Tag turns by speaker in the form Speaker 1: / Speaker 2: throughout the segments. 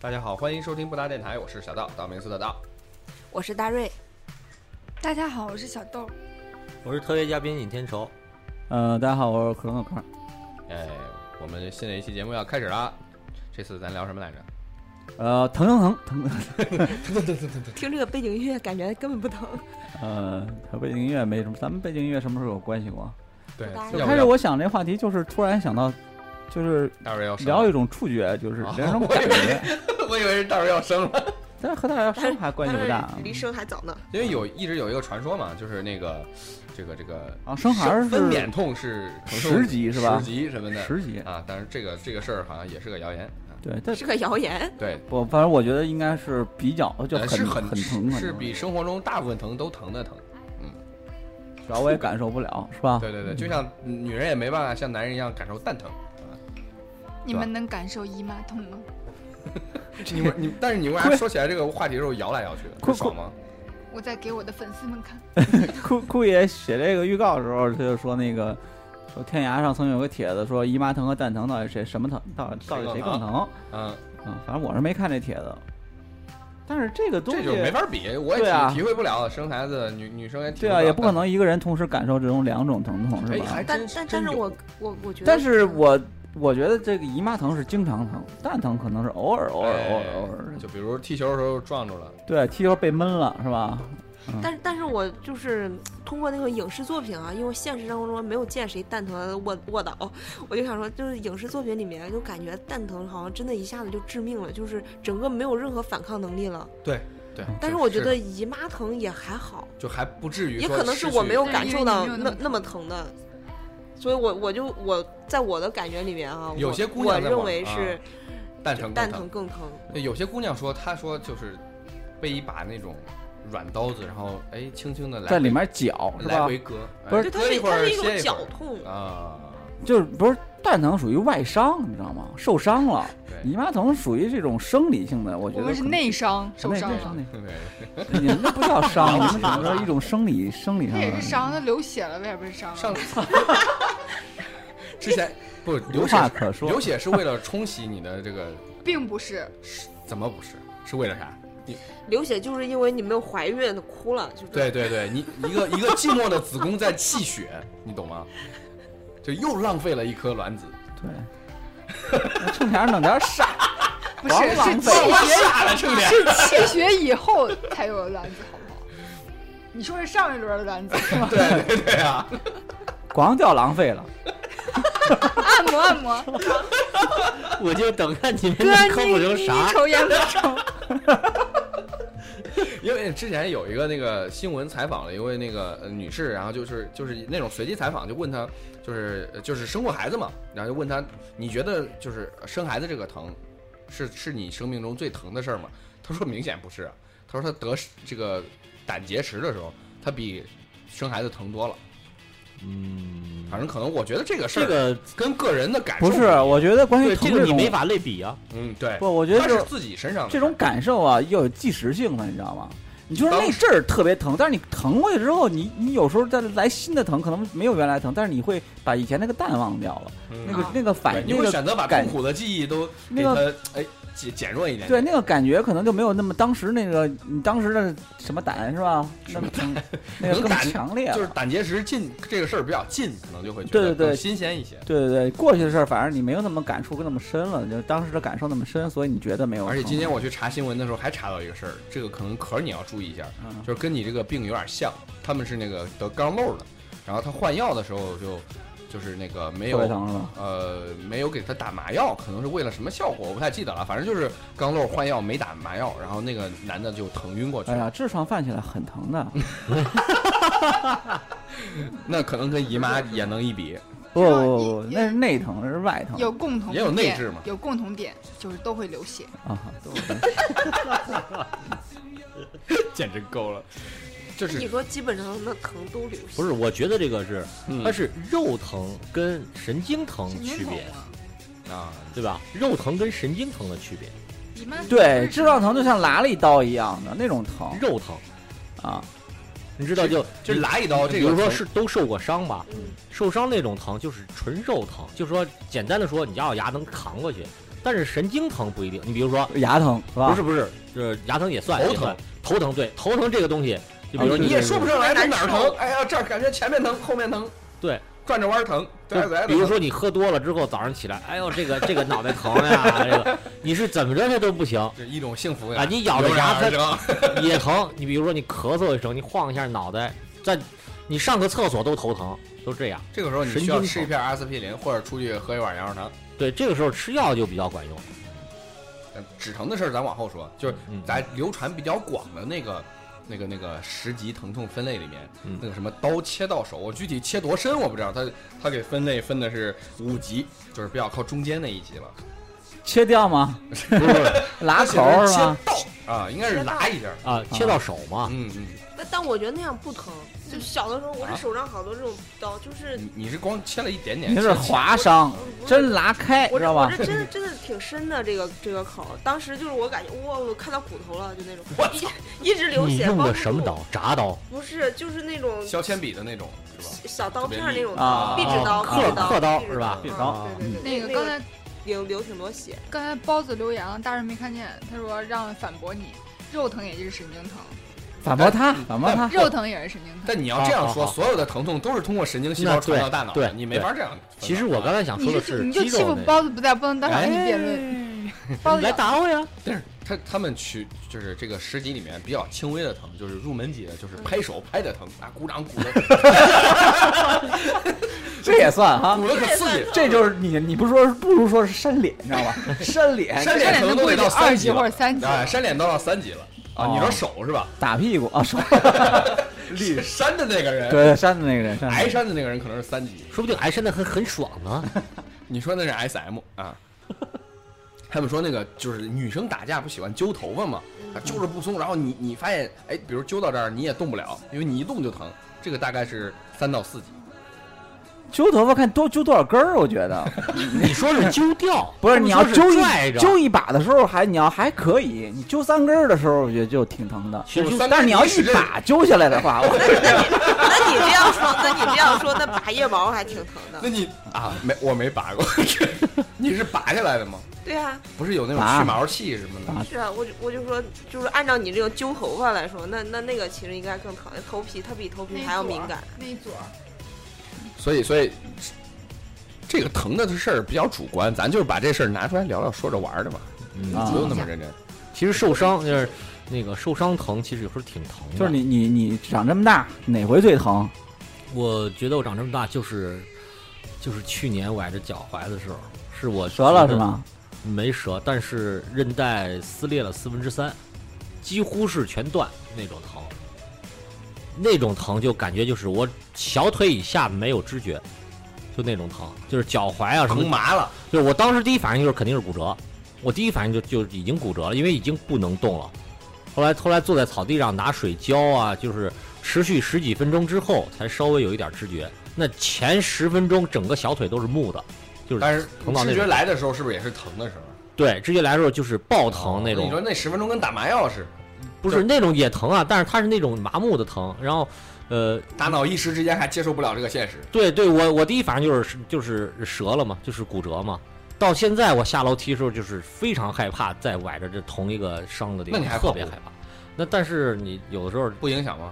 Speaker 1: 大家好，欢迎收听布达电台，我是小道，道明寺的道。
Speaker 2: 我是大瑞，
Speaker 3: 大家好，我是小 豆。
Speaker 4: 我是特约嘉宾尹天仇，
Speaker 5: 呃，大家好，我是可口可。
Speaker 1: 哎，我们新的一期节目要开始啦，这次咱聊什么来着？
Speaker 5: 呃，疼疼疼疼，
Speaker 2: 听这个背景音乐感觉根本不疼。
Speaker 5: 呃，和背景音乐没什么，咱们背景音乐什么时候有关系过？
Speaker 1: 对
Speaker 2: 布达
Speaker 5: 就
Speaker 2: 要
Speaker 5: 开始我想这话题，就是突然想到，就是
Speaker 1: 大瑞要生
Speaker 5: 聊
Speaker 1: 了
Speaker 5: 一种触觉，就是
Speaker 1: 哦
Speaker 5: 聊一种感觉，
Speaker 1: 我以为是大瑞要生了，
Speaker 5: 但是和大家生还关系不大
Speaker 2: 但是离生还早呢。
Speaker 1: 因为有一直有一个传说嘛，就是那个这个这个
Speaker 5: 啊。生孩儿是
Speaker 1: 分娩痛是承受
Speaker 5: 十级是吧
Speaker 1: 十级什么的
Speaker 5: 十级，
Speaker 1: 啊，但是这个这个事儿好像也是个谣言啊。
Speaker 5: 对，但
Speaker 2: 是个谣言，
Speaker 1: 对，
Speaker 5: 我反正我觉得应该是比较就
Speaker 1: 呃
Speaker 5: 很
Speaker 1: 是
Speaker 5: 很疼，
Speaker 1: 是
Speaker 5: 很
Speaker 1: 是
Speaker 5: 疼
Speaker 1: 比生活中大部分疼都疼的疼。
Speaker 5: 主要我也感受 不了，是吧？
Speaker 1: 对对对，就像女人也没办法像男人一样感受蛋疼。啊
Speaker 3: 你们能感受姨妈痛吗？
Speaker 1: 你们你，但是你为 啥说起来这个话题的时候摇来摇去的，
Speaker 5: 快
Speaker 1: 不爽吗？
Speaker 3: 我在给我的粉丝们看。
Speaker 5: 酷酷爷写这个预告的时候，他就说那个说天涯上曾有个帖子说姨妈疼和蛋疼到底谁什么疼，到底到底谁更疼？
Speaker 1: 嗯，
Speaker 5: 嗯，反正我是没看这帖子，但是这个东
Speaker 1: 这
Speaker 5: 西
Speaker 1: 就没法比，我
Speaker 5: 对啊
Speaker 1: 也体体会不了生孩子，女女生也体会
Speaker 5: 对
Speaker 1: 不
Speaker 5: 啊，
Speaker 1: 了
Speaker 5: 也不可能一个人同时感受这种两种疼痛
Speaker 1: 哎
Speaker 5: 是
Speaker 1: 还
Speaker 5: 吧？
Speaker 2: 但
Speaker 1: 真
Speaker 2: 但但
Speaker 1: 真
Speaker 2: 是
Speaker 1: 有
Speaker 2: 我我我觉得，
Speaker 5: 但是我我觉得这个姨妈疼是经常疼，蛋疼可能是偶尔偶尔偶尔偶尔
Speaker 1: 哎。就比如踢球的时候撞住了，
Speaker 5: 对，啊踢球被闷了是吧？
Speaker 2: 但是但是我就是通过那个影视作品啊，因为现实生活中没有见谁蛋疼卧卧倒， 我就想说，就是影视作品里面就感觉蛋疼好像真的一下子就致命了，就是整个没有任何反抗能力了。
Speaker 1: 对
Speaker 5: 嗯。
Speaker 2: 但是我觉得姨妈疼也还好，
Speaker 1: 就还不至于
Speaker 2: 也
Speaker 1: 说
Speaker 2: 可能是
Speaker 1: 失去
Speaker 2: 我没有
Speaker 3: 对
Speaker 2: 感
Speaker 3: 因
Speaker 2: 受
Speaker 3: 为你
Speaker 2: 到
Speaker 3: 没有那
Speaker 2: 那
Speaker 3: 么
Speaker 2: 那么疼的，所以我我就我在我的感觉里面啊，
Speaker 1: 有
Speaker 2: 我
Speaker 1: 些姑
Speaker 2: 我
Speaker 1: 娘在
Speaker 2: 认
Speaker 1: 网
Speaker 2: 为
Speaker 1: 啊
Speaker 2: 是
Speaker 1: 蛋疼
Speaker 2: 蛋
Speaker 1: 更疼
Speaker 2: 疼。更疼。
Speaker 1: 对有些姑娘说，她说就是被一把那种软刀子，然后哎轻轻的来
Speaker 5: 在里
Speaker 1: 回
Speaker 5: 面绞是
Speaker 1: 来
Speaker 5: 吧？
Speaker 1: 回割，
Speaker 5: 不
Speaker 1: 哎
Speaker 2: 对，它
Speaker 1: 割一
Speaker 2: 是
Speaker 1: 会
Speaker 2: 它
Speaker 1: 儿
Speaker 2: 是一种
Speaker 1: 歇一会
Speaker 2: 绞
Speaker 1: 儿
Speaker 2: 痛，
Speaker 1: 啊，
Speaker 5: 就是不是蛋疼属于外伤，你知道吗？受伤了，
Speaker 1: 对
Speaker 5: 姨妈疼属于这种生理性的，我觉
Speaker 3: 我
Speaker 5: 得
Speaker 3: 们是
Speaker 5: 可能
Speaker 3: 内伤
Speaker 5: 内
Speaker 3: 受伤
Speaker 5: 内
Speaker 3: 了，
Speaker 5: 伤内
Speaker 1: 对。
Speaker 5: 伤，你们那不叫 伤，你们只能说一种生理生理
Speaker 3: 这
Speaker 5: 上
Speaker 3: 也是
Speaker 5: 的。
Speaker 3: 伤，那流血了，为啥不是 伤？
Speaker 1: 上之前不流
Speaker 5: 无
Speaker 1: 血
Speaker 5: 话可说
Speaker 1: 流血是为了冲洗你的这个，
Speaker 3: 并不是，
Speaker 1: 怎么不是？是为了啥？你
Speaker 2: 流血就是因为你没有怀孕，哭了就是。
Speaker 1: 对对对，你一个一个寂寞的子宫在气血，你懂吗？就又浪费了一颗卵子，
Speaker 5: 对，那趁点儿弄点儿傻，
Speaker 3: 不是
Speaker 5: 王
Speaker 3: 是
Speaker 5: 浪
Speaker 3: 气
Speaker 5: 费
Speaker 1: 我
Speaker 3: 血，
Speaker 1: 傻了，这脸。
Speaker 3: 是气血以后才有卵子，好不好？你说是上一轮的卵子 是吗？
Speaker 1: 对对对啊，
Speaker 5: 光掉浪费了。
Speaker 3: 按摩按摩，
Speaker 4: 我就等看你们
Speaker 3: 哥
Speaker 4: 能科
Speaker 3: 你
Speaker 4: 普成
Speaker 3: 你
Speaker 4: 啥。
Speaker 3: 抽烟不抽？
Speaker 1: 因为之前有一个那个新闻采访了一位那个呃女士，然后就是就是那种随机采访，就问她就是呃就是生过孩子嘛，然后就问她你觉得就是生孩子这个疼是是你生命中最疼的事儿吗？她说明显不是啊，她说她得这个胆结石的时候，她比生孩子疼多了。
Speaker 4: 嗯，
Speaker 1: 反正可能我觉得这个事
Speaker 4: 这
Speaker 1: 儿
Speaker 4: 个
Speaker 1: 跟个人的感受
Speaker 5: 不是，，我觉得关于
Speaker 4: 对
Speaker 5: 疼
Speaker 4: 这个你
Speaker 5: 种，
Speaker 4: 没法类比啊。
Speaker 1: 嗯，对，
Speaker 5: 不，我觉
Speaker 1: 她
Speaker 5: 得
Speaker 1: 是
Speaker 5: 就
Speaker 1: 自己身上的
Speaker 5: 这种感受啊，要有即时性的，你知道吗？你就是
Speaker 1: 当
Speaker 5: 那阵儿特别疼，但是你疼过去之后，你你有时候再来新的疼，可能没有原来疼，但是你会把以前那个淡忘掉了，
Speaker 1: 嗯
Speaker 5: 那个
Speaker 2: 啊
Speaker 5: 那个
Speaker 1: 对
Speaker 5: 反
Speaker 1: 你
Speaker 5: 那
Speaker 1: 会
Speaker 5: 个
Speaker 1: 选择把
Speaker 5: 感
Speaker 1: 痛苦的记忆都给
Speaker 5: 那
Speaker 1: 她
Speaker 5: 个
Speaker 1: 哎减减弱一点点。
Speaker 5: 对那个感觉可能就没有那么当时那个你当时的什么胆是吧？那么疼，那个
Speaker 1: 能
Speaker 5: 更
Speaker 1: 胆
Speaker 5: 强烈
Speaker 1: 就是
Speaker 5: 了。
Speaker 1: 胆结石近这个事儿比较近，可能就会觉
Speaker 5: 对
Speaker 1: 得
Speaker 5: 对对
Speaker 1: 更新鲜一些，
Speaker 5: 对对对，过去的事儿，反而你没有那么感触那么深了，就当时的感受那么深，所以你觉得没有疼。
Speaker 1: 而且今天我去查新闻的时候还查到一个事儿，这个可能壳儿你要注意一下，
Speaker 5: 嗯
Speaker 1: 就是跟你这个病有点像，他们是那个得肛瘘了，然后他换药的时候就就是那个没
Speaker 5: 特
Speaker 1: 有。
Speaker 5: 别疼是吧？
Speaker 1: 呃，没有给他打麻药，可能是为了什么效果，我不太记得了。反正就是肛瘘换药没打麻药，然后那个男的就疼晕过去
Speaker 5: 哎
Speaker 1: 了。
Speaker 5: 呀，痔疮犯起来很疼的。
Speaker 1: 那可能跟姨妈也能一比，
Speaker 5: 不
Speaker 3: 是吧
Speaker 5: 不不，
Speaker 3: 你
Speaker 5: 那是内疼，那是外疼
Speaker 3: 有共同
Speaker 1: 也有内
Speaker 3: 点
Speaker 1: 置嘛
Speaker 3: 有共同点就是都会流血。
Speaker 5: 啊。都
Speaker 1: 简直够了。就
Speaker 2: 你
Speaker 1: 是
Speaker 2: 说基本上那疼都流血。
Speaker 4: 不是，我觉得这个是
Speaker 1: 嗯
Speaker 4: 它是肉疼跟神经疼
Speaker 3: 神经
Speaker 4: 区
Speaker 3: 痛
Speaker 4: 别，
Speaker 3: 啊，
Speaker 1: 啊，
Speaker 4: 对吧？肉疼跟神经疼的区别，
Speaker 3: 姨妈
Speaker 5: 对，痔疮疼就像剌了一刀一样的那种疼
Speaker 4: 肉疼
Speaker 5: 啊。
Speaker 4: 你知道就
Speaker 1: 就是拉一刀，这个
Speaker 4: 比如说
Speaker 1: 疼
Speaker 4: 是都受过伤吧，
Speaker 2: 嗯
Speaker 4: 受伤那种疼就是纯肉疼，就是说简单的说，你咬咬牙能扛过去，但是神经疼不一定。你比如说，
Speaker 5: 牙疼是吧？
Speaker 4: 不是不是，这牙疼也算，
Speaker 1: 头
Speaker 4: 也算，头疼对，头疼这个东西，就比
Speaker 5: 啊
Speaker 4: 如说
Speaker 5: 对
Speaker 1: 你
Speaker 4: 你
Speaker 1: 也说不上来这哪儿
Speaker 2: 难受
Speaker 1: 疼，哎呀，这儿感觉前面疼，后面疼，
Speaker 4: 对，
Speaker 1: 转着弯儿疼，对
Speaker 4: 就比如，说你喝多了之后，早上起来，哎呦，这个这个脑袋疼呀， 这个你是怎么着它都不行
Speaker 1: 这一种幸福
Speaker 4: 啊！
Speaker 1: 感。
Speaker 4: 你咬着牙它
Speaker 1: 疼，
Speaker 4: 也疼。你比如说你咳嗽一声，你晃一下脑袋，在你上个厕所都头疼，都这样。
Speaker 1: 这个时候你
Speaker 4: 神
Speaker 1: 需
Speaker 4: 经
Speaker 1: 要
Speaker 4: 疼
Speaker 1: 吃一片阿司匹林，或者出去喝一碗羊肉汤。
Speaker 4: 对，这个时候吃药就比较管用。
Speaker 1: 呃止疼的事儿咱往后说，就是
Speaker 4: 嗯
Speaker 1: 咱流传比较广的那个、那个、那个十级疼痛分类里面，
Speaker 4: 嗯
Speaker 1: 那个什么刀切到手，我具体切多深我不知道，它它给分类分的是五级，就是比较靠中间那一级了。
Speaker 5: 切掉吗？
Speaker 4: 不是不是
Speaker 5: 拉口
Speaker 1: 它
Speaker 5: 儿
Speaker 1: 写
Speaker 5: 是
Speaker 1: 成？切
Speaker 5: 吧
Speaker 1: 到啊，应该是拉一下。
Speaker 4: 啊，切到手嘛，
Speaker 1: 嗯嗯，
Speaker 2: 但但我觉得那样不疼。就小的时候，我
Speaker 1: 啊
Speaker 2: 这手上好多这种刀，就是嗯
Speaker 1: 你你是光切了一点点，
Speaker 5: 你这是划伤，真拉开，
Speaker 2: 我
Speaker 5: 知
Speaker 2: 这
Speaker 5: 道
Speaker 2: 我
Speaker 5: 吧？
Speaker 2: 这真的真的挺深的，这个这个口儿，当时就是我感觉哇，我看到骨头了，就那种，一一直
Speaker 5: 嗯
Speaker 2: 流
Speaker 4: 你
Speaker 2: 血。
Speaker 4: 用
Speaker 2: 包
Speaker 4: 的
Speaker 2: 括
Speaker 4: 什么
Speaker 2: 我
Speaker 4: 刀？铡刀、
Speaker 2: 不是，就是那种
Speaker 1: 削铅笔的那种，是吧？
Speaker 2: 小刀片儿那种
Speaker 5: 啊
Speaker 2: 刀，壁纸刀、
Speaker 4: 刻
Speaker 2: 壁纸刀、
Speaker 4: 刻刀
Speaker 2: 壁纸
Speaker 4: 是吧
Speaker 5: 壁纸刀
Speaker 2: 嗯对
Speaker 1: 啊
Speaker 2: 对
Speaker 3: 那
Speaker 2: 对，
Speaker 3: 个
Speaker 2: 那
Speaker 3: 刚
Speaker 2: 个
Speaker 3: 才
Speaker 2: 流流挺多血，
Speaker 3: 刚才包子留言了，大人没看见，他说让反驳你，肉疼也是神经疼，
Speaker 5: 反驳他，反驳他。
Speaker 3: 肉疼也是神经疼。
Speaker 1: 但你要这样说，
Speaker 4: 好好好
Speaker 1: 所有的疼痛都是通过神经细胞
Speaker 4: 那对
Speaker 1: 传到大脑的，
Speaker 4: 对
Speaker 1: 你没法这样分的。
Speaker 4: 其实我刚才想
Speaker 3: 你
Speaker 4: 啊说的
Speaker 3: 就是你就
Speaker 4: 肌
Speaker 3: 欺
Speaker 4: 肉
Speaker 3: 负
Speaker 4: 那个，
Speaker 3: 包子不在，不能当场跟你辩论。包
Speaker 4: 你
Speaker 3: 子
Speaker 4: 来
Speaker 3: 咬
Speaker 4: 打我呀！
Speaker 1: 但是他他们去就是这个十级里面比较轻微的疼，就是入门级的，就是拍手拍的疼啊，鼓掌鼓的
Speaker 5: 这也算哈，
Speaker 1: 鼓的可刺 激了。
Speaker 5: 这就是你，你不说不如说是扇脸，你知道吧？扇脸、
Speaker 3: 哎
Speaker 1: 扇脸疼都得到
Speaker 3: 二
Speaker 1: 三级
Speaker 3: 级或者
Speaker 1: 了，
Speaker 3: 三级，
Speaker 1: 哎，扇脸都到三级了啊！
Speaker 5: 哦
Speaker 1: 你说手是吧？
Speaker 5: 打屁股啊，说
Speaker 1: 立扇的那个人，
Speaker 5: 对扇的那个人，扇的那
Speaker 1: 挨
Speaker 5: 个人
Speaker 1: 扇的那个人可能是三级。
Speaker 4: 说不定挨扇的很很爽呢。
Speaker 1: 你说那是 S M 啊？ 他们说那个就是女生打架不喜欢揪头发嘛，啊就是不松，然后你你发现哎，比如揪到这儿你也动不了，因为你一动就疼。这个大概是三到四级，
Speaker 5: 揪头发看多揪多少根儿，我觉得
Speaker 4: 你说是揪掉，
Speaker 5: 不是
Speaker 4: 他们
Speaker 5: 你要
Speaker 4: 说
Speaker 5: 揪
Speaker 4: 拽
Speaker 5: 一
Speaker 4: 着，
Speaker 5: 揪一把的时候还你要还可以，你揪三根儿的时候我觉得就挺疼的。
Speaker 4: 其实
Speaker 1: 就
Speaker 4: 揪
Speaker 1: 三
Speaker 5: 但是你要一把揪下来的话， 我
Speaker 2: 那你这样说，那你这样说，那拔腋毛还挺疼
Speaker 1: 那
Speaker 2: 的。
Speaker 1: 你啊，没我没拔过， 你是拔下来的吗？
Speaker 2: 对啊，
Speaker 1: 不是有那种
Speaker 5: 拔
Speaker 1: 去毛器什么的？
Speaker 5: 拔
Speaker 2: 是啊，我就我就说，就是按照你这种揪头发来说，那那那个其实应该更疼，头皮它比头
Speaker 3: 那
Speaker 2: 皮
Speaker 3: 一
Speaker 2: 还要
Speaker 3: 撮儿
Speaker 2: 敏感。
Speaker 3: 那啊一撮儿
Speaker 1: 所以，所以这个疼的事儿比较主观，咱就是把这事儿拿出来聊聊，说着玩儿的嘛，
Speaker 4: 嗯
Speaker 5: 啊
Speaker 1: 不用那么认真。
Speaker 4: 其实受伤就是那个受伤疼，其实有时候挺疼的。
Speaker 5: 就是你你你长这么大哪回最疼？
Speaker 4: 我觉得我长这么大，就是就是去年我挨着脚踝的时候，是我
Speaker 5: 折了
Speaker 4: 觉
Speaker 5: 是
Speaker 4: 得
Speaker 5: 吗？
Speaker 4: 没折，但是韧带撕裂了四分之三，几乎是全断那种疼。那种疼就感觉就是我小腿以下没有知觉，就那种疼，就是脚踝啊什么
Speaker 1: 疼麻了，
Speaker 4: 就是我当时第一反应就是肯定是骨折，我第一反应就就已经骨折了，因为已经不能动了。后来后来坐在草地上拿水浇啊，就是持续十几分钟之后才稍微有一点知觉。那前十分钟整个小腿都是木的，就是
Speaker 1: 但是
Speaker 4: 疼到那
Speaker 1: 知觉
Speaker 4: 种
Speaker 1: 来的时候，是不是也是疼的时候？
Speaker 4: 对直接来说就是爆疼那
Speaker 1: 你说
Speaker 4: 种，
Speaker 1: 哦那十分钟跟打麻药似的。
Speaker 4: 不是那种也疼啊，但是它是那种麻木的疼。然后，呃，
Speaker 1: 大脑一时之间还接受不了这个现实。
Speaker 4: 对对，我我第一反应就是就是折了嘛，就是骨折嘛。到现在我下楼梯的时候，就是非常害怕再崴着这同一个伤的地方，
Speaker 1: 那你还
Speaker 4: 特
Speaker 1: 跑
Speaker 4: 别
Speaker 1: 步
Speaker 4: 害怕。那但是你有的时候
Speaker 1: 不影响吗？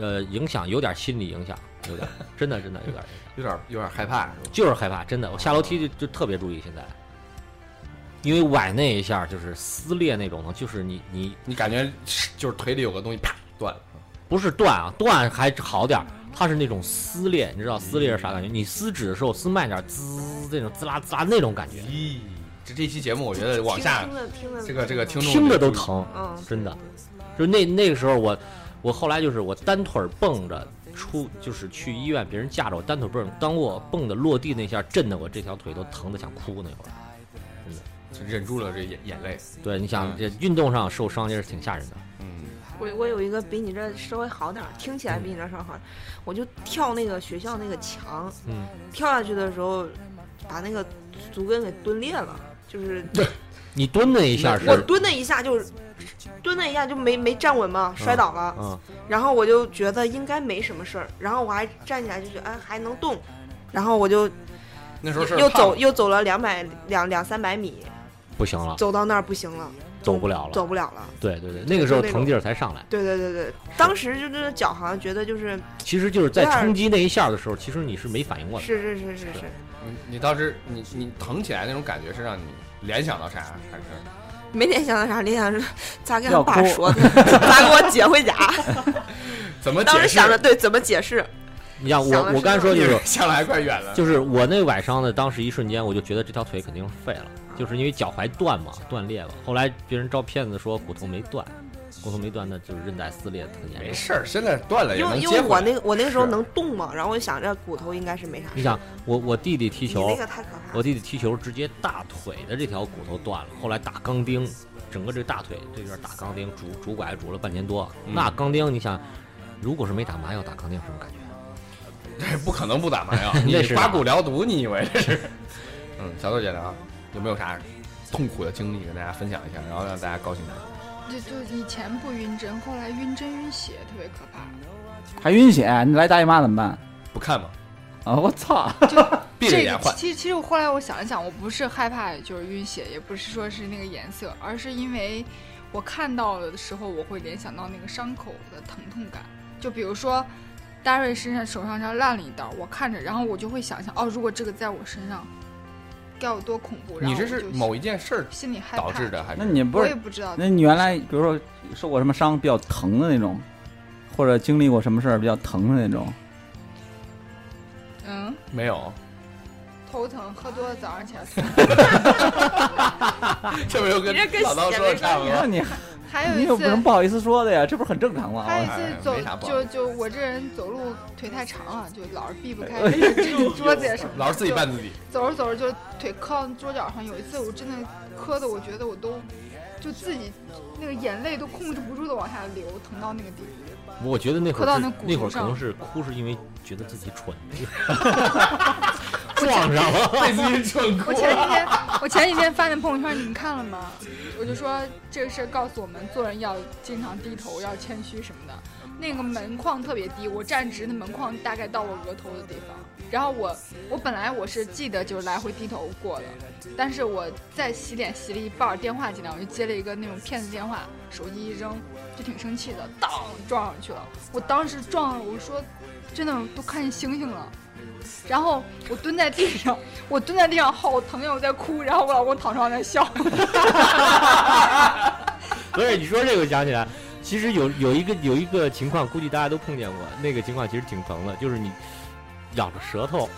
Speaker 4: 呃影响有点心理影响，有点真的真的有点影响，
Speaker 1: 有点有点害怕是吧？
Speaker 4: 就是害怕，真的。我下楼梯就就特别注意现在，因为崴那一下就是撕裂那种的，就是你你
Speaker 1: 你感觉是就是腿里有个东西啪断了，
Speaker 4: 不是断啊，断还好点儿，它是那种撕裂，你知道撕裂是啥感觉？
Speaker 1: 嗯
Speaker 4: 你撕纸的时候撕慢点儿，滋那种滋啦滋啦那种感觉。
Speaker 1: 咦，这这期节目我觉得往下
Speaker 2: 听了听了
Speaker 1: 这个这个听众
Speaker 4: 听着都疼，
Speaker 2: 嗯，
Speaker 4: 真的。就那那个时候我，我后来就是我单腿蹦着出，就是去医院，别人架着我单腿蹦，当我蹦的落地那下，震得我这条腿都疼得想哭那会儿。
Speaker 1: 就忍住了这眼眼泪。
Speaker 4: 对，你想
Speaker 1: 嗯
Speaker 4: 这运动上受伤也是挺吓人的。
Speaker 1: 嗯，
Speaker 2: 我我有一个比你这稍微好点儿，听起来比你这稍微好点儿，我就跳那个学校那个墙，
Speaker 4: 嗯，
Speaker 2: 跳下去的时候，把那个足跟给蹲裂了，就是
Speaker 4: 你蹲那一下
Speaker 2: 我
Speaker 4: 是，
Speaker 2: 蹲那一下就是蹲那一下就没没站稳嘛，摔倒了，
Speaker 4: 嗯，
Speaker 2: 然后我就觉得应该没什么事儿，然后我还站起来就觉得哎还能动，然后我就
Speaker 1: 那时候是
Speaker 2: 又走又走了两百两两三百米，
Speaker 4: 不行了，
Speaker 2: 走到那儿不行了，
Speaker 4: 走不了了
Speaker 2: 走不了了。
Speaker 4: 对对对，那个时候
Speaker 2: 就那种
Speaker 4: 腾劲儿才上来。
Speaker 2: 对对对对，当时就这脚好像觉得就是
Speaker 4: 其实就是在
Speaker 2: 有点儿
Speaker 4: 冲击那一下的时候，其实你是没反应过来的。
Speaker 2: 是是是是是，
Speaker 1: 你你倒是你你疼起来那种感觉是让你联想到啥？还是
Speaker 2: 没联想到啥，联想是咋跟
Speaker 5: 要
Speaker 2: 俺爸
Speaker 5: 哭
Speaker 2: 说的， 咋给我姐回家？
Speaker 1: 怎么解
Speaker 2: 当时
Speaker 1: 释？
Speaker 2: 想着对怎么解释，
Speaker 4: 你像
Speaker 2: 想
Speaker 4: 我，
Speaker 2: 的
Speaker 4: 我
Speaker 2: 是
Speaker 4: 刚才 说就是
Speaker 1: 想的还怪远了。
Speaker 4: 就是我那崴伤的，当时一瞬间我就觉得这条腿肯定是废了，就是因为脚踝断嘛，断裂了。后来别人照片子说骨头没断，骨头没断，那就是韧带撕裂很严
Speaker 1: 没
Speaker 4: 重。
Speaker 1: 事儿，现在断了也
Speaker 2: 因
Speaker 1: 哎能
Speaker 2: 为因
Speaker 1: 接
Speaker 2: 为
Speaker 1: 回
Speaker 2: 我
Speaker 1: 来。
Speaker 2: 那个我那个时候
Speaker 1: 是
Speaker 2: 能动嘛，然后我就想着骨头应该是没啥事。
Speaker 4: 你想，我我弟弟踢
Speaker 2: 你那
Speaker 4: 球，
Speaker 2: 个太可怕
Speaker 4: 我
Speaker 2: 了，
Speaker 4: 弟弟踢球直接大腿的这条骨头断了，后来打钢钉，整个这大腿这边打钢钉，拄拄拐拄了半年多。
Speaker 1: 嗯
Speaker 4: 那钢钉，你想，如果是没打麻药打钢钉什么感觉？
Speaker 1: 这不可能不打麻 药，你
Speaker 4: 那是
Speaker 1: 刮
Speaker 4: 打
Speaker 1: 骨疗毒，你以为这是？ 嗯，小豆姐呢？有没有啥痛苦的经历跟大家分享一下，然后让大家高兴高兴？
Speaker 3: 就就以前不晕针，后来晕针晕血，特别可怕。
Speaker 5: 还晕血，你来大姨妈怎么办？
Speaker 1: 不看吗？
Speaker 5: 啊，我操！
Speaker 1: 闭着
Speaker 3: 这
Speaker 1: 眼
Speaker 3: 个
Speaker 1: 换。
Speaker 3: 其实其实我后来我想了想，我不是害怕就是晕血，也不是说是那个颜色，而是因为我看到的时候，我会联想到那个伤口的疼痛感。就比如说，大瑞身上手上这儿烂了一刀，我看着，然后我就会想象，哦，如果这个在我身上，该有多恐怖。然
Speaker 1: 你
Speaker 3: 后
Speaker 1: 这
Speaker 3: 我就是
Speaker 1: 某一件事儿
Speaker 3: 心里害怕
Speaker 1: 导致，的，还
Speaker 5: 那
Speaker 1: 是
Speaker 5: 你不
Speaker 3: 我也
Speaker 5: 是？
Speaker 3: 不知道。
Speaker 5: 那你原来比如说受过什么伤比较疼的那种，或者经历过什么事儿比较疼的那种？
Speaker 3: 嗯，
Speaker 1: 没有？
Speaker 3: 头疼，喝多了早上起来死了。
Speaker 1: 这不就跟
Speaker 2: 你这跟
Speaker 1: 老刀
Speaker 2: 血
Speaker 1: 说的
Speaker 2: 没
Speaker 1: 差不
Speaker 2: 关
Speaker 1: 多
Speaker 2: 系
Speaker 5: 那？你
Speaker 3: 还有
Speaker 5: 你
Speaker 3: 一
Speaker 5: 有
Speaker 3: 次，
Speaker 5: 什么不好意思说的呀？这不是很正常吗？
Speaker 3: 还有一
Speaker 1: 哎哎
Speaker 3: 次
Speaker 1: 没啥
Speaker 3: 走，
Speaker 1: 不好
Speaker 3: 就就我这人走路腿太长了，就老是避不 开这个桌子呀什么的。
Speaker 1: 老是自己绊自己。
Speaker 3: 就。走着走着就腿磕到桌角上，有一次我真的磕的，我觉得我都就自己那个眼泪都控制不住的往下流，疼到那个地步。
Speaker 4: 我觉得那会
Speaker 3: 磕到
Speaker 4: 儿是
Speaker 3: 那骨头
Speaker 4: 那会儿可
Speaker 3: 上
Speaker 4: 能是哭是因为觉得自己蠢， 撞上了。
Speaker 1: 被 自己撞哭
Speaker 3: 我前几天我前几天发那朋友圈，你们看了吗？我就说这个事儿告诉我们，做人要经常低头，要谦虚什么的。那个门框特别低，我站直，那门框大概到我额头的地方。然后我我本来我是记得就是来回低头过的，但是我在洗脸洗了一半儿，电话进来，我就接了一个那种骗子电话，手机一扔，就挺生气的，当撞上去了。我当时撞了，我说真的都看见星星了。然后我蹲在地上，我蹲在地上好疼呀，我在哭，然后我老公躺床上在笑。
Speaker 4: 不是你说这个我想起来，其实有有一个有一个情况，估计大家都碰见过，那个情况其实挺疼的，就是你咬着舌头，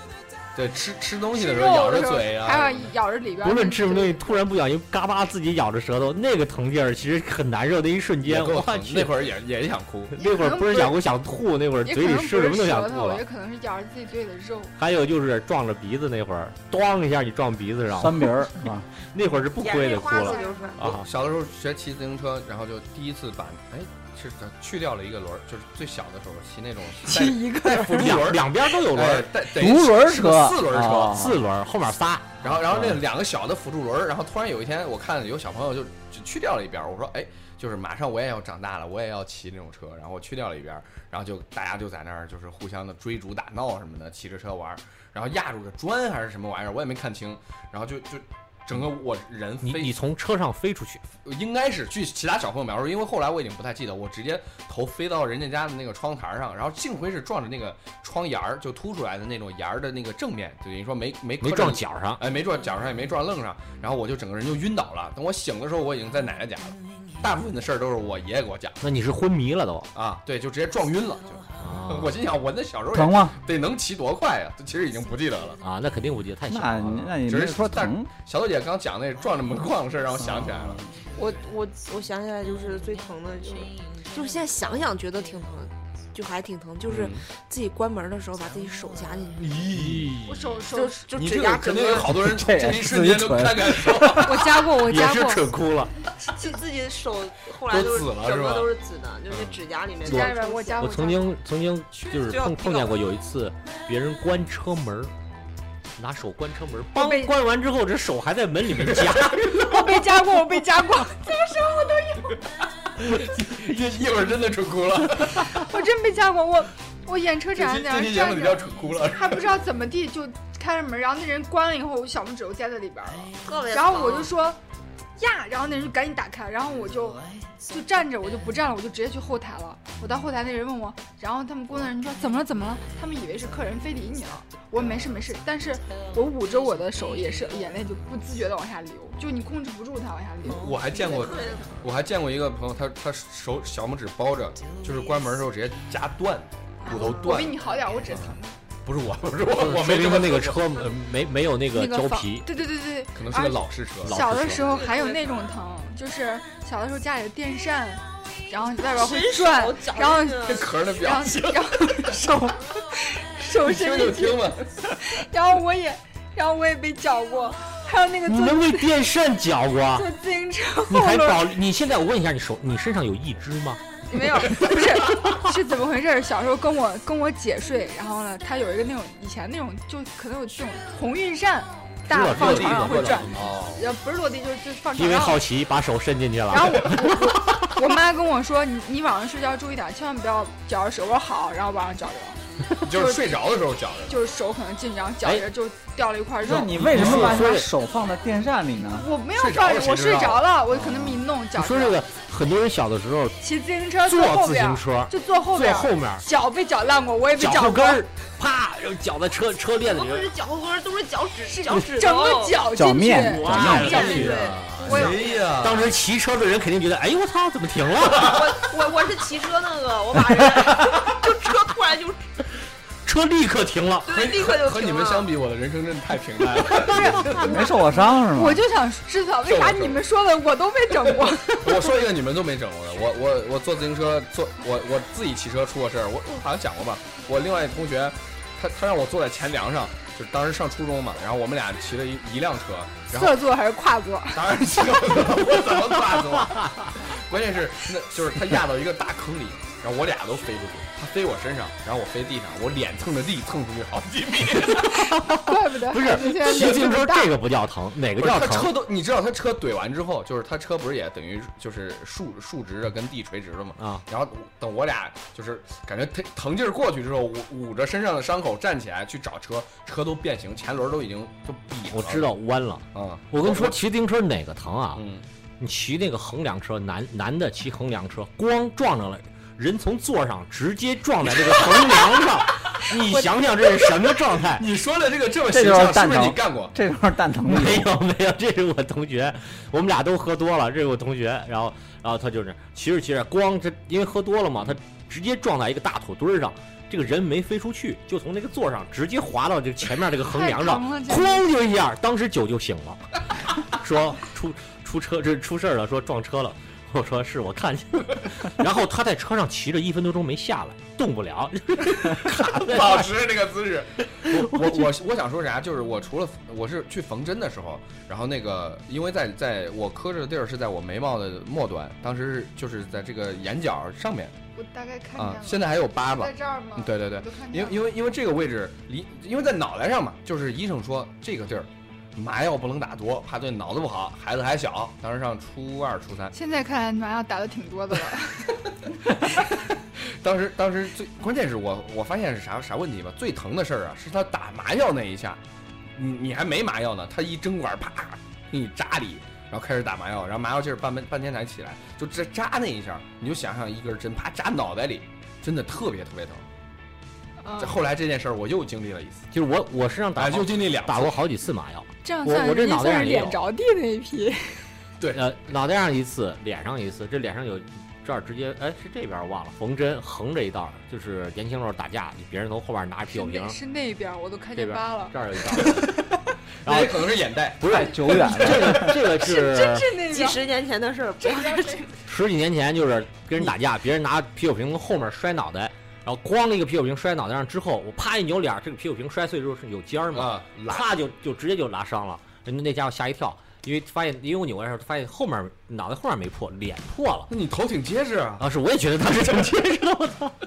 Speaker 1: 对，吃吃东西
Speaker 3: 吃
Speaker 1: 的时
Speaker 3: 肉
Speaker 1: 候咬着
Speaker 3: 的时候
Speaker 1: 嘴
Speaker 3: 还
Speaker 1: 啊，
Speaker 3: 要咬着里边儿。
Speaker 4: 不论吃什么东西，突然不小心嘎巴自己咬着舌头，那个疼劲儿其实很难受的一瞬
Speaker 1: 也
Speaker 4: 间，
Speaker 1: 够
Speaker 4: 我
Speaker 1: 疼那
Speaker 4: 去。
Speaker 1: 会儿也也想哭。
Speaker 4: 那会儿不是想哭想吐，那会儿
Speaker 3: 也
Speaker 4: 嘴
Speaker 3: 可
Speaker 4: 里
Speaker 3: 能不
Speaker 4: 吃什
Speaker 3: 是
Speaker 4: 么都想
Speaker 3: 舌
Speaker 4: 吐
Speaker 3: 头，也
Speaker 4: 了。
Speaker 3: 可能是咬着自己队的肉。
Speaker 4: 还有就是撞着鼻子那会儿，咣一下你撞鼻子上了，
Speaker 5: 酸鼻儿是吧？
Speaker 4: 那会儿是不
Speaker 2: 眼
Speaker 4: 亏
Speaker 2: 泪
Speaker 4: 的哭
Speaker 2: 花
Speaker 4: 了
Speaker 2: 子流出来。
Speaker 1: 我
Speaker 4: 啊！
Speaker 1: 小的时候学骑自行车，然后就第一次把哎是去掉了一个轮儿，就是最小的时候骑那种带
Speaker 2: 一个
Speaker 1: 带辅助哎轮
Speaker 4: 两
Speaker 1: 儿，
Speaker 4: 两边都有轮
Speaker 1: 哎
Speaker 4: 儿，
Speaker 1: 带
Speaker 5: 独
Speaker 1: 等于是
Speaker 5: 轮
Speaker 1: 是个
Speaker 5: 车，
Speaker 1: 四轮车，
Speaker 5: 啊
Speaker 4: 四轮儿后面仨，
Speaker 1: 然后，然后那
Speaker 4: 嗯
Speaker 1: 两个小的辅助轮儿，然后突然有一天，我看有小朋友就就去掉了一边儿，我说，哎，就是马上我也要长大了，我也要骑那种车，然后我去掉了一边儿，然后就大家就在那儿就是互相的追逐打闹什么的，骑着车玩儿，然后压住个砖还是什么玩意儿，我也没看清，然后就就整个我人
Speaker 4: 你
Speaker 1: 飞，
Speaker 4: 你从车上飞出去，
Speaker 1: 应该是据其他小朋友描述，因为后来我已经不太记得，我直接头飞到人家家的那个窗台上，然后幸亏是撞着那个窗沿儿就凸出来的那种沿儿的那个正面，就等于说没没磕
Speaker 4: 没撞
Speaker 1: 着
Speaker 4: 脚上。
Speaker 1: 哎，没撞脚上，也没撞愣上，然后我就整个人就晕倒了。等我醒的时候，我已经在奶奶家了。大部分的事儿都是我爷爷给我讲
Speaker 4: 那你是昏迷了都
Speaker 1: 啊，对，就直接撞晕了。就、
Speaker 4: 啊
Speaker 1: 我心想，我那小时候
Speaker 5: 疼
Speaker 1: 也
Speaker 5: 吗？
Speaker 1: 得能骑多快呀、这其实已经不记得了。
Speaker 4: 啊，那肯定不记得，太小
Speaker 5: 那你
Speaker 4: 了。
Speaker 5: 那你
Speaker 1: 只
Speaker 5: 没
Speaker 1: 是
Speaker 5: 说
Speaker 1: 但
Speaker 5: 疼，
Speaker 1: 小豆姐刚讲那撞着门框的事儿，让我想起来了。
Speaker 2: 我我我想起来就是最疼的就是，就是现在想想觉得挺疼，就还挺疼，
Speaker 4: 嗯
Speaker 2: 就是自己关门的时候把自己手夹进去，
Speaker 1: 咦、
Speaker 3: 我手
Speaker 2: 就
Speaker 3: 手，
Speaker 2: 就
Speaker 1: 你
Speaker 2: 指
Speaker 1: 这
Speaker 2: 甲
Speaker 1: 个肯
Speaker 2: 整
Speaker 1: 定有
Speaker 2: 个
Speaker 1: 好多人
Speaker 5: 这也
Speaker 1: 这
Speaker 5: 是
Speaker 1: 一瞬间
Speaker 5: 自己
Speaker 1: 都
Speaker 5: 蠢
Speaker 1: 看看手，
Speaker 3: 我夹过，我
Speaker 4: 也
Speaker 3: 夹
Speaker 4: 是
Speaker 3: 过，
Speaker 4: 蠢哭了。
Speaker 2: 自自己的手后来就是
Speaker 1: 都紫了
Speaker 2: 整
Speaker 1: 是吧
Speaker 2: 个都是紫的，就是指甲里面
Speaker 3: 指甲里边我夹
Speaker 4: 我
Speaker 3: 过。
Speaker 4: 曾
Speaker 3: 夹过
Speaker 4: 经曾经嗯就是
Speaker 2: 就要
Speaker 4: 碰
Speaker 2: 踢
Speaker 4: 碰
Speaker 2: 到
Speaker 4: 见过有一次，别人关车门儿，拿手关车门儿，
Speaker 3: 我
Speaker 4: 梆
Speaker 3: 被
Speaker 4: 关完之后，这手还在门里面 夹，
Speaker 3: 我被夹过，我被夹过，
Speaker 1: 这一会儿真的蠢哭了。
Speaker 3: 我真被夹过。我我演车
Speaker 1: 这
Speaker 3: 展
Speaker 1: 期
Speaker 3: 那
Speaker 1: 这
Speaker 3: 儿
Speaker 1: 期节目
Speaker 3: 站
Speaker 1: 你叫
Speaker 3: 着，
Speaker 1: 蠢哭了。
Speaker 3: 还不知道怎么地就开了门，然后那人关了以后，我小拇指头夹在里边儿了。
Speaker 2: 特别疼
Speaker 3: 然后我就说，呀，然后那人就赶紧打开，然后我就就站着，我就不站了，我就直接去后台了。我到后台那人问我，然后他们工作人员就说怎么了怎么了，他们以为是客人非礼你了，我说没事没事，但是我捂着我的手也是眼泪就不自觉的往下流，就你控制不住它往下流。
Speaker 1: 我还见过，我还见过一个朋友，他他手小拇指包着，就是关门的时候直接夹断
Speaker 4: 嗯
Speaker 1: 骨头
Speaker 3: 我比
Speaker 1: 断，
Speaker 3: 你好点，我只是疼。
Speaker 1: 不是我，不是我，我
Speaker 4: 说
Speaker 1: 没
Speaker 4: 明
Speaker 1: 这
Speaker 4: 他
Speaker 1: 么
Speaker 4: 那个
Speaker 1: 说
Speaker 4: 车呃没没有那个
Speaker 3: 那个
Speaker 4: 胶
Speaker 3: 房
Speaker 4: 皮，
Speaker 3: 对对对对，
Speaker 1: 可能是个老式车，
Speaker 4: 老
Speaker 3: 小
Speaker 4: 是
Speaker 3: 的
Speaker 4: 说
Speaker 3: 时候还有那种疼，就是小的时候家里的电扇，然后外边会转，然后
Speaker 1: 这壳儿的
Speaker 3: 然
Speaker 1: 表
Speaker 3: 后
Speaker 1: 情，
Speaker 3: 然后手手
Speaker 1: 听
Speaker 3: 伸
Speaker 1: 就
Speaker 3: 进去，
Speaker 1: 听吧。
Speaker 3: 然后我也然后我也被绞过，还有那个
Speaker 4: 你
Speaker 3: 坐
Speaker 4: 们为电扇绞过？啊
Speaker 3: 坐自行车
Speaker 4: 你
Speaker 3: 后啊
Speaker 4: 还
Speaker 3: 轮
Speaker 4: 保？你现在我问一下，你手你身上有一只吗？
Speaker 3: 没有，不是，是怎么回事儿？小时候跟我跟我姐睡，然后呢，她有一个那种以前那种就可能有这种鸿运扇，大
Speaker 4: 落
Speaker 3: 放
Speaker 4: 地
Speaker 3: 床上会转，
Speaker 1: 哦，
Speaker 3: 呃，不是落地就是就是放
Speaker 4: 因
Speaker 3: 床
Speaker 4: 为
Speaker 3: 上。
Speaker 4: 好奇把手伸进去
Speaker 3: 然
Speaker 4: 了。
Speaker 3: 后我我我妈跟我说，你你晚上睡觉注意点，千万不要绞着手。我说好，然后晚上绞着，
Speaker 1: 就是睡着的时候绞着。
Speaker 3: 就是手可能紧张，绞着就掉了一块肉
Speaker 5: 那。你为什么把
Speaker 4: 你说
Speaker 5: 你手放在电扇里呢？
Speaker 3: 我没有
Speaker 1: 睡着
Speaker 3: 放
Speaker 1: 了，谁
Speaker 3: 我
Speaker 1: 知
Speaker 3: 睡
Speaker 1: 道
Speaker 3: 着了，我可能迷弄绞
Speaker 4: 你
Speaker 3: 着。
Speaker 4: 说这个，很多人小的时候
Speaker 3: 骑自行车坐
Speaker 4: 坐
Speaker 3: 后
Speaker 4: 自
Speaker 3: 边
Speaker 4: 行
Speaker 3: 儿，
Speaker 4: 车，
Speaker 3: 就坐后
Speaker 4: 坐
Speaker 3: 边儿，
Speaker 4: 后面儿，
Speaker 3: 脚被绞烂过，我也被
Speaker 4: 脚
Speaker 3: 绞
Speaker 4: 后
Speaker 3: 过
Speaker 4: 跟，儿，啪，然后绞在车车链子
Speaker 2: 不
Speaker 4: 里。
Speaker 2: 是脚后跟儿都是脚趾，
Speaker 4: 哦
Speaker 2: 脚趾
Speaker 3: 整
Speaker 2: 头
Speaker 3: 个绞
Speaker 5: 脚
Speaker 3: 进去。
Speaker 5: 面，脚
Speaker 4: 哇
Speaker 5: 面，
Speaker 4: 这
Speaker 2: 面
Speaker 4: 去啊！
Speaker 3: 我有
Speaker 1: 哎呀，
Speaker 4: 当时骑车的人肯定觉得，哎呦我操，怎么停了？
Speaker 2: 我我是骑车那个，我把人 就车突然就
Speaker 4: 车立刻停了。
Speaker 1: 和
Speaker 2: 对，立刻就停了。
Speaker 1: 和你们相比，我的人生真的太平淡了。
Speaker 5: 没受过伤是吗？
Speaker 3: 我就想知道为啥你们说的我都被整 过，
Speaker 1: 我说一个你们都没整过的，我我我坐自行车坐我我自己骑车出过事儿，我我好像讲过吧。我另外一同学，他他让我坐在前梁上，就是当时上初中嘛，然后我们俩骑了一一辆车，然后
Speaker 3: 侧坐还是跨坐？
Speaker 1: 当然骑了，我怎么挂死我？ 关键是那就是他压到一个大坑里，然后我俩都飞出去，他飞我身上，然后我飞地上，我脸蹭着地蹭出去好几米。
Speaker 3: 怪不 得
Speaker 4: 不是
Speaker 3: 孩子现在
Speaker 4: 骑自
Speaker 3: 脸
Speaker 4: 行
Speaker 3: 这
Speaker 4: 车
Speaker 3: 么大
Speaker 4: 这个不叫疼，哪个
Speaker 1: 不是
Speaker 4: 叫
Speaker 1: 他
Speaker 4: 疼
Speaker 1: 车都，你知道他车怼完之后，就是他车不是也等于就是竖竖直着跟地垂直了吗？
Speaker 4: 啊？
Speaker 1: 然后等我俩就是感觉疼疼劲儿过去之后，捂捂着身上的伤口站起来去找车，车都变形，前轮都已经都瘪了。
Speaker 4: 我知道弯了。
Speaker 1: 啊，
Speaker 4: 我跟你说，，骑自行车哪个疼啊？
Speaker 1: 嗯，
Speaker 4: 你骑那个横梁车，男男的骑横梁车，咣撞上了，人从座上直接撞在这个横梁上，你想想这是什么状态？
Speaker 1: 你说的这个这么
Speaker 5: 这
Speaker 1: 形
Speaker 5: 就是
Speaker 1: 象，是
Speaker 5: 蛋
Speaker 1: 不是你
Speaker 5: 疼
Speaker 1: 干过？
Speaker 5: 这块蛋疼
Speaker 4: 没
Speaker 5: 你。
Speaker 4: 有没有，这是我同学，我们俩都喝多了，这是我同学，然后然后他就是骑着骑着，咣，啊这因为喝多了嘛，他直接撞在一个大土堆儿上，这个人没飞出去，就从那个座上直接滑到这个前面这个横梁 上，
Speaker 3: 太疼了简直
Speaker 4: 哐就一下，当时酒就醒了，说出出车这出事儿了，说撞车了。我说是我看见了， 然后他在车上骑着一分多钟没下来，动不了，卡在 那
Speaker 1: 保
Speaker 4: 儿
Speaker 1: 持那个姿势。 我我我我想说啥？就是我除了我是去缝针的时候，然后那个因为在在我磕着的地儿是在我眉毛的末端，当时是就是在这个眼角上面
Speaker 3: 我大概看见
Speaker 1: 啊
Speaker 3: 了，，
Speaker 1: 现在还有疤吧嗯
Speaker 3: 在？这儿
Speaker 4: 嗯
Speaker 3: 吗？
Speaker 1: 对对对
Speaker 3: 我，都看见
Speaker 1: 因
Speaker 3: 了，
Speaker 1: 为因为因为这个位置离，因为在脑袋上嘛，就是医生说这个地儿麻药不能打多，怕对脑子不好，孩子还小，当时上初二初三，
Speaker 3: 现在看麻药打的挺多的了，
Speaker 1: 当时当时最关键是我我发现是啥啥问题吧？最疼的事儿啊，是他打麻药那一下，你你还没麻药呢，他一针管啪给你扎里，然后开始打麻药，然后麻药劲儿半半天才起来，就这扎那一下，你就想象一根针啪扎脑袋里，真的特别特别疼。
Speaker 3: 嗯
Speaker 1: 这后来这件事儿我又经历了一次，
Speaker 4: 就是我我身上打
Speaker 1: 啊，
Speaker 4: 好
Speaker 1: 又经历两次
Speaker 4: 打过好几次麻药，
Speaker 3: 这样
Speaker 4: 我
Speaker 3: 算
Speaker 4: 我这
Speaker 3: 人家
Speaker 4: 脑袋
Speaker 3: 算
Speaker 4: 上
Speaker 3: 是
Speaker 4: 也有
Speaker 3: 脸着地那一批，
Speaker 4: 呃，脑袋上一次，脸上一次，这脸上有这儿直接，哎，是这边儿忘了缝针横着一道儿，就是年轻时候打架，别人从后边拿一啤
Speaker 3: 是
Speaker 4: 酒瓶
Speaker 3: 那
Speaker 4: 儿，
Speaker 3: 是那边儿我都看见
Speaker 4: 这边
Speaker 3: 疤了，
Speaker 4: 这儿有一道儿，然
Speaker 1: 那
Speaker 4: 后
Speaker 1: 也可能是眼袋，
Speaker 4: 不是
Speaker 5: 太久远了，
Speaker 4: 这个这个是
Speaker 3: 是那
Speaker 2: 几
Speaker 3: 边儿。
Speaker 2: 十年前的事儿，不
Speaker 3: 这边儿这
Speaker 4: 十几年前就是跟人打架，别人拿啤酒瓶从后面摔脑袋，然后咣一个啤酒瓶摔脑袋上之后，我啪一扭脸儿，这个啤酒瓶摔碎之后是有尖儿嘛，
Speaker 1: 啊，拉
Speaker 4: 啪就就直接就拉伤了，人家那家伙吓一跳，因为发现因为我扭过来的时候发现后面脑袋后面没破，脸破了。
Speaker 1: 那你头挺结实啊，
Speaker 4: 当时我也觉得当时挺结实的，我操！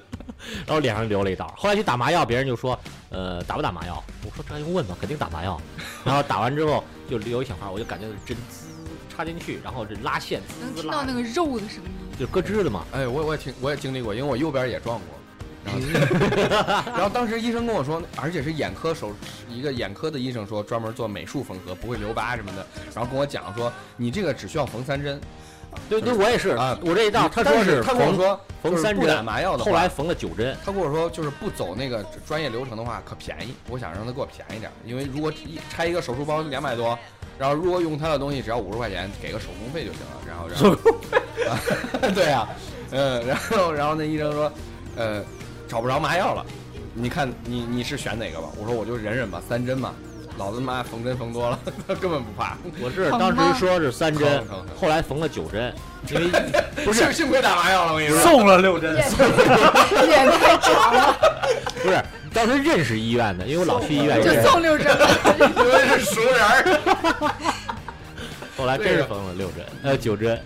Speaker 4: 然后脸上留了一道。后来去打麻药，别人就说，呃，打不打麻药？我说这还用问吗？肯定打麻药。 然后打完之后就留一小块，我就感觉针滋插进去，然后这拉线滋
Speaker 3: 能
Speaker 4: 滋
Speaker 3: 听到
Speaker 4: 拉
Speaker 3: 那，个肉的声音，
Speaker 4: 就咯吱的嘛。
Speaker 1: 哎，我我也听我也经历过，因为我右边也撞过，然后， 然后当时医生跟我说，而且是眼科手一个眼科的医生说，专门做美术缝合，不会留疤什么的。然后跟我讲说，你这个只需要缝三针
Speaker 4: 对对，我也是
Speaker 1: 啊
Speaker 4: 我这一嗯道他说
Speaker 1: 但是他跟我
Speaker 4: 缝
Speaker 1: 说
Speaker 4: 缝
Speaker 1: 就是
Speaker 4: 三
Speaker 1: 不
Speaker 4: 针
Speaker 1: 打麻药的话，
Speaker 4: 后来缝了九针，
Speaker 1: 他跟我说，就是不走那个专业流程的话，可便宜。我想让他给我便宜点儿，因为如果一拆一个手术包两百多，然后如果用他的东西只要五十块钱，给个手工费就行了。然后，然后， 啊对呀、嗯，然后，然后那医生说，呃，找不着麻药了，你看你你是选哪个吧？我说我就忍忍吧，三针嘛。老子妈缝针缝多了， 他根本不怕。
Speaker 4: 我是
Speaker 3: 疼
Speaker 4: 当
Speaker 3: 吗
Speaker 4: 时说是三针
Speaker 1: 疼疼疼，
Speaker 4: 后来缝了九针，因为
Speaker 1: 不是幸亏打麻药了，我跟你说。
Speaker 6: 送了六针，
Speaker 3: 也太长了，
Speaker 4: 不是当时认识医院的，因为我老去医院
Speaker 3: 就
Speaker 4: 认识，
Speaker 3: 送六针了。
Speaker 1: 因为是熟人 儿，
Speaker 4: 后来真是缝了六针，呃九针，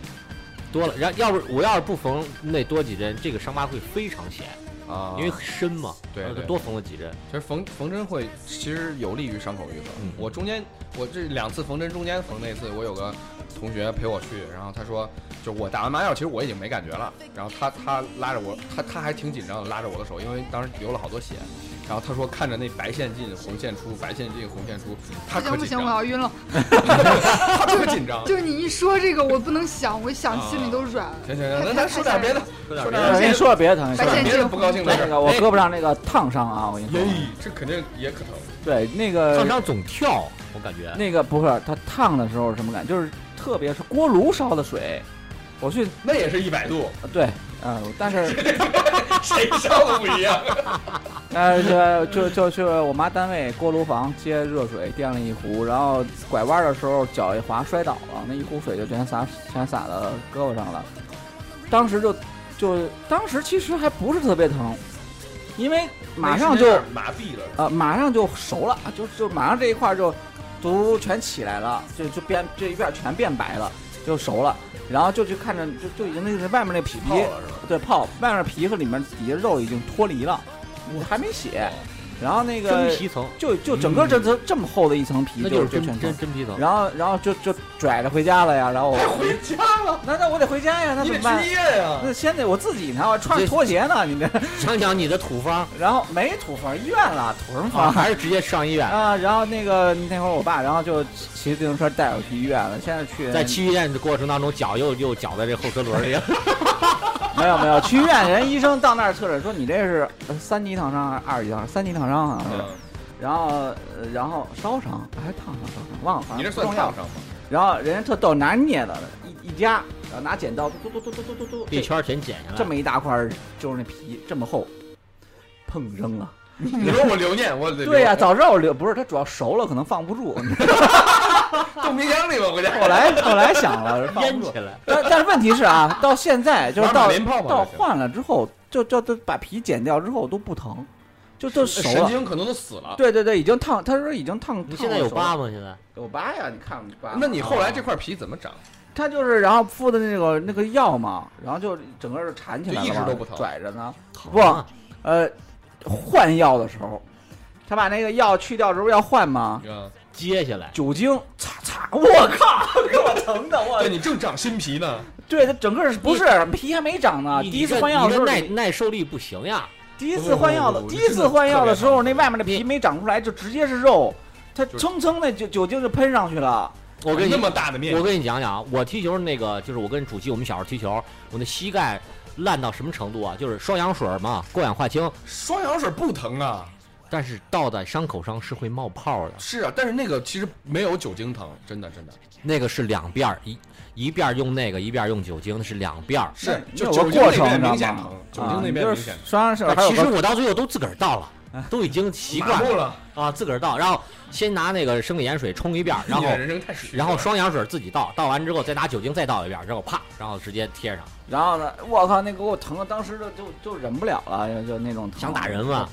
Speaker 4: 多了。然后要不我要是不缝那多几针，这个伤疤会非常显，
Speaker 1: 啊
Speaker 4: 因为深嘛，
Speaker 1: 对
Speaker 4: 然后就
Speaker 1: 对
Speaker 4: 多缝了几针。
Speaker 1: 其实缝缝针会其实有利于伤口愈合。
Speaker 4: 嗯
Speaker 1: 我中间我这两次缝针中间缝那次，我有个同学陪我去，然后他说，就我打完麻药，其实我已经没感觉了。然后他他拉着我，他他还挺紧张的，拉着我的手，因为当时流了好多血。然后他说看着那白线进红线出，白线进红线出，他可
Speaker 3: 不行不
Speaker 1: 紧
Speaker 3: 行，
Speaker 1: 张
Speaker 3: 我
Speaker 1: 了，
Speaker 3: 要晕了。
Speaker 1: 他特紧张。
Speaker 3: 就是你一说这个，我不能想，我想心里都软。
Speaker 4: 啊
Speaker 1: 行行行，那咱说点别的，
Speaker 4: 说
Speaker 1: 点别
Speaker 5: 我
Speaker 1: 的
Speaker 5: 跟你说点别的疼，
Speaker 1: 说
Speaker 5: 说
Speaker 1: 点
Speaker 5: 点
Speaker 1: 别的不高兴的事
Speaker 5: 那
Speaker 1: 儿。
Speaker 5: 个我
Speaker 1: 哎
Speaker 5: 胳膊上那个烫伤啊，我跟你说
Speaker 1: 耶，，
Speaker 6: 哎
Speaker 1: 这肯定也可疼。
Speaker 5: 对那个
Speaker 4: 烫伤总跳，我感觉
Speaker 5: 那个不是，它烫的时候是什么感觉？就是特别是锅炉烧的水，我去，
Speaker 1: 那也是一百度，
Speaker 5: 呃对，嗯、但是
Speaker 1: 谁烧的不一样？
Speaker 5: 但是就就去我妈单位锅炉房接热水，掂了一壶，然后拐弯的时候脚一滑摔倒了，那一壶水就全洒全洒到胳膊上了，当时就就当时其实还不是特别疼，因为马上就
Speaker 1: 麻痹了。
Speaker 5: 呃，马上就熟了，啊就就马上这一块儿就都全起来了，就就变这一片全变白了，就熟了。然后就去看着，就就已经那个外面那皮
Speaker 1: 泡了是吧？
Speaker 5: 对泡，外面皮和里面底下肉已经脱离了，我还没血。然后那
Speaker 4: 真
Speaker 5: 个
Speaker 4: 皮层，
Speaker 5: 就就整个这
Speaker 1: 嗯
Speaker 5: 这这么厚的一层皮
Speaker 4: 那
Speaker 5: 就
Speaker 4: 就是
Speaker 5: 就全
Speaker 4: 真
Speaker 5: 脱
Speaker 4: 真。真皮层。
Speaker 5: 然后然后就就拽着回家了呀，然后 我
Speaker 1: 回家了，
Speaker 5: 那那我得回家呀，那
Speaker 1: 哎你
Speaker 5: 怎
Speaker 1: 得
Speaker 5: 么办
Speaker 1: 去医？院啊呀。
Speaker 5: 那先得我自己呢，我穿着拖鞋呢，你这
Speaker 4: 想想你的土方，
Speaker 5: 然后没土方医院了，土什么
Speaker 4: 啊
Speaker 5: 方？
Speaker 4: 还是直接上医院，
Speaker 5: 啊，然后那个那会儿我爸，然后就骑骑自行车带我去医院了。现在去
Speaker 4: 在去医院的过程当中，脚又又绞在这后车轮里，
Speaker 5: 没有没有去医院，人医生到那儿测诊说你这是呃三级烫伤还是二级烫伤？三级烫
Speaker 1: 嗯
Speaker 5: 伤好像是。然后呃然后烧伤还是烫伤烧伤忘了，反
Speaker 1: 你
Speaker 5: 正
Speaker 1: 这
Speaker 5: 不
Speaker 1: 算
Speaker 5: 重要
Speaker 1: 烫。伤吗？
Speaker 5: 然后人家特逗，拿镊子一一夹，然后拿剪刀嘟嘟嘟嘟嘟嘟嘟嘟，
Speaker 4: 一圈儿全剪下来。
Speaker 5: 这么一大块儿就是那皮这么厚，碰扔了。
Speaker 1: 你说我留念，我得留
Speaker 5: 对呀、早知道我留不是，它主要熟了可能放不住。
Speaker 1: 冻冰箱里吧，回家。
Speaker 5: 后来后来想 了，放不
Speaker 4: 腌
Speaker 5: 住
Speaker 4: 起。来，
Speaker 5: 但但是问题是啊，到现在就是
Speaker 1: 玩
Speaker 5: 到
Speaker 1: 马林泡泡
Speaker 5: 到
Speaker 1: 就行
Speaker 5: 换了之后，就就都把皮剪掉之后都不疼，就都熟
Speaker 1: 神
Speaker 5: 了。
Speaker 1: 经啊可能都死了。
Speaker 5: 对对对，已经烫，他说已经烫。
Speaker 4: 你
Speaker 5: 烫
Speaker 4: 现在有
Speaker 5: 熟了
Speaker 4: 疤？吗？现在
Speaker 5: 有疤呀，你看你疤。
Speaker 1: 那你后来这块皮怎么长？
Speaker 5: 他就是然后敷的那个那个药嘛，然后就整个就缠起来了嘛，
Speaker 1: 就一直都不疼
Speaker 5: 拽着呢。
Speaker 4: 疼
Speaker 5: 不
Speaker 4: 啊
Speaker 5: 呃，换药的时候，他把那个药去掉之后要换吗？
Speaker 1: 啊，
Speaker 4: 接下来，
Speaker 5: 酒精擦擦，我靠， 给我疼的我
Speaker 1: 对。你正长新皮呢，
Speaker 5: 对，他整个是不是皮还没长呢？
Speaker 4: 你
Speaker 5: 啊第一次
Speaker 4: 这
Speaker 5: 换药的
Speaker 4: 你
Speaker 5: 时
Speaker 4: 这
Speaker 5: 候
Speaker 4: 耐耐受力不行呀。
Speaker 5: 第一次换药的，
Speaker 1: 不不不
Speaker 5: 第一次换药的时候，
Speaker 1: 真的
Speaker 5: 那外面的皮没长出来，就直接是肉，它
Speaker 1: 就是
Speaker 5: 蹭蹭那酒酒精就喷上去了。
Speaker 4: 我跟你
Speaker 1: 那么大的面
Speaker 4: 我，跟你讲讲啊，我踢球那个就是我跟主席我们小时候踢球，我那膝盖烂到什么程度啊？就是双氧水嘛，过氧化氢，
Speaker 1: 双氧水不疼啊。
Speaker 4: 但是倒在伤口上是会冒泡的。
Speaker 1: 是啊，但是那个其实没有酒精疼，真的真的
Speaker 4: 那个是两遍儿，一一遍儿用那个，一遍儿用酒精，那是两遍儿。
Speaker 1: 是
Speaker 5: 那
Speaker 1: 就
Speaker 5: 有
Speaker 1: 酒
Speaker 5: 个
Speaker 1: 精
Speaker 5: 过
Speaker 1: 那边明
Speaker 5: 程，你知道
Speaker 1: 显
Speaker 5: 吗
Speaker 1: 疼？，酒
Speaker 5: 啊
Speaker 1: 精那
Speaker 5: 你
Speaker 1: 边
Speaker 5: 就
Speaker 1: 明
Speaker 5: 是
Speaker 1: 显疼
Speaker 5: 双氧水还有
Speaker 4: 其实
Speaker 5: 个
Speaker 4: 我到最后都自个儿倒了，都已经习
Speaker 1: 麻
Speaker 4: 惯
Speaker 1: 木
Speaker 4: 了
Speaker 1: 了，
Speaker 4: 啊，自个儿倒，然后先拿那个生理盐水冲一遍儿，然
Speaker 1: 你
Speaker 4: 后
Speaker 1: 的人生太虚
Speaker 4: 然
Speaker 1: 弱
Speaker 4: 后
Speaker 1: 了
Speaker 4: 双氧水自己倒，倒完之后再拿酒精再倒一遍儿，然后啪，然后直接贴上，
Speaker 5: 然后呢，我靠，那给我疼的，当时就就就忍不了了，就就那种疼。
Speaker 4: 想打人嘛？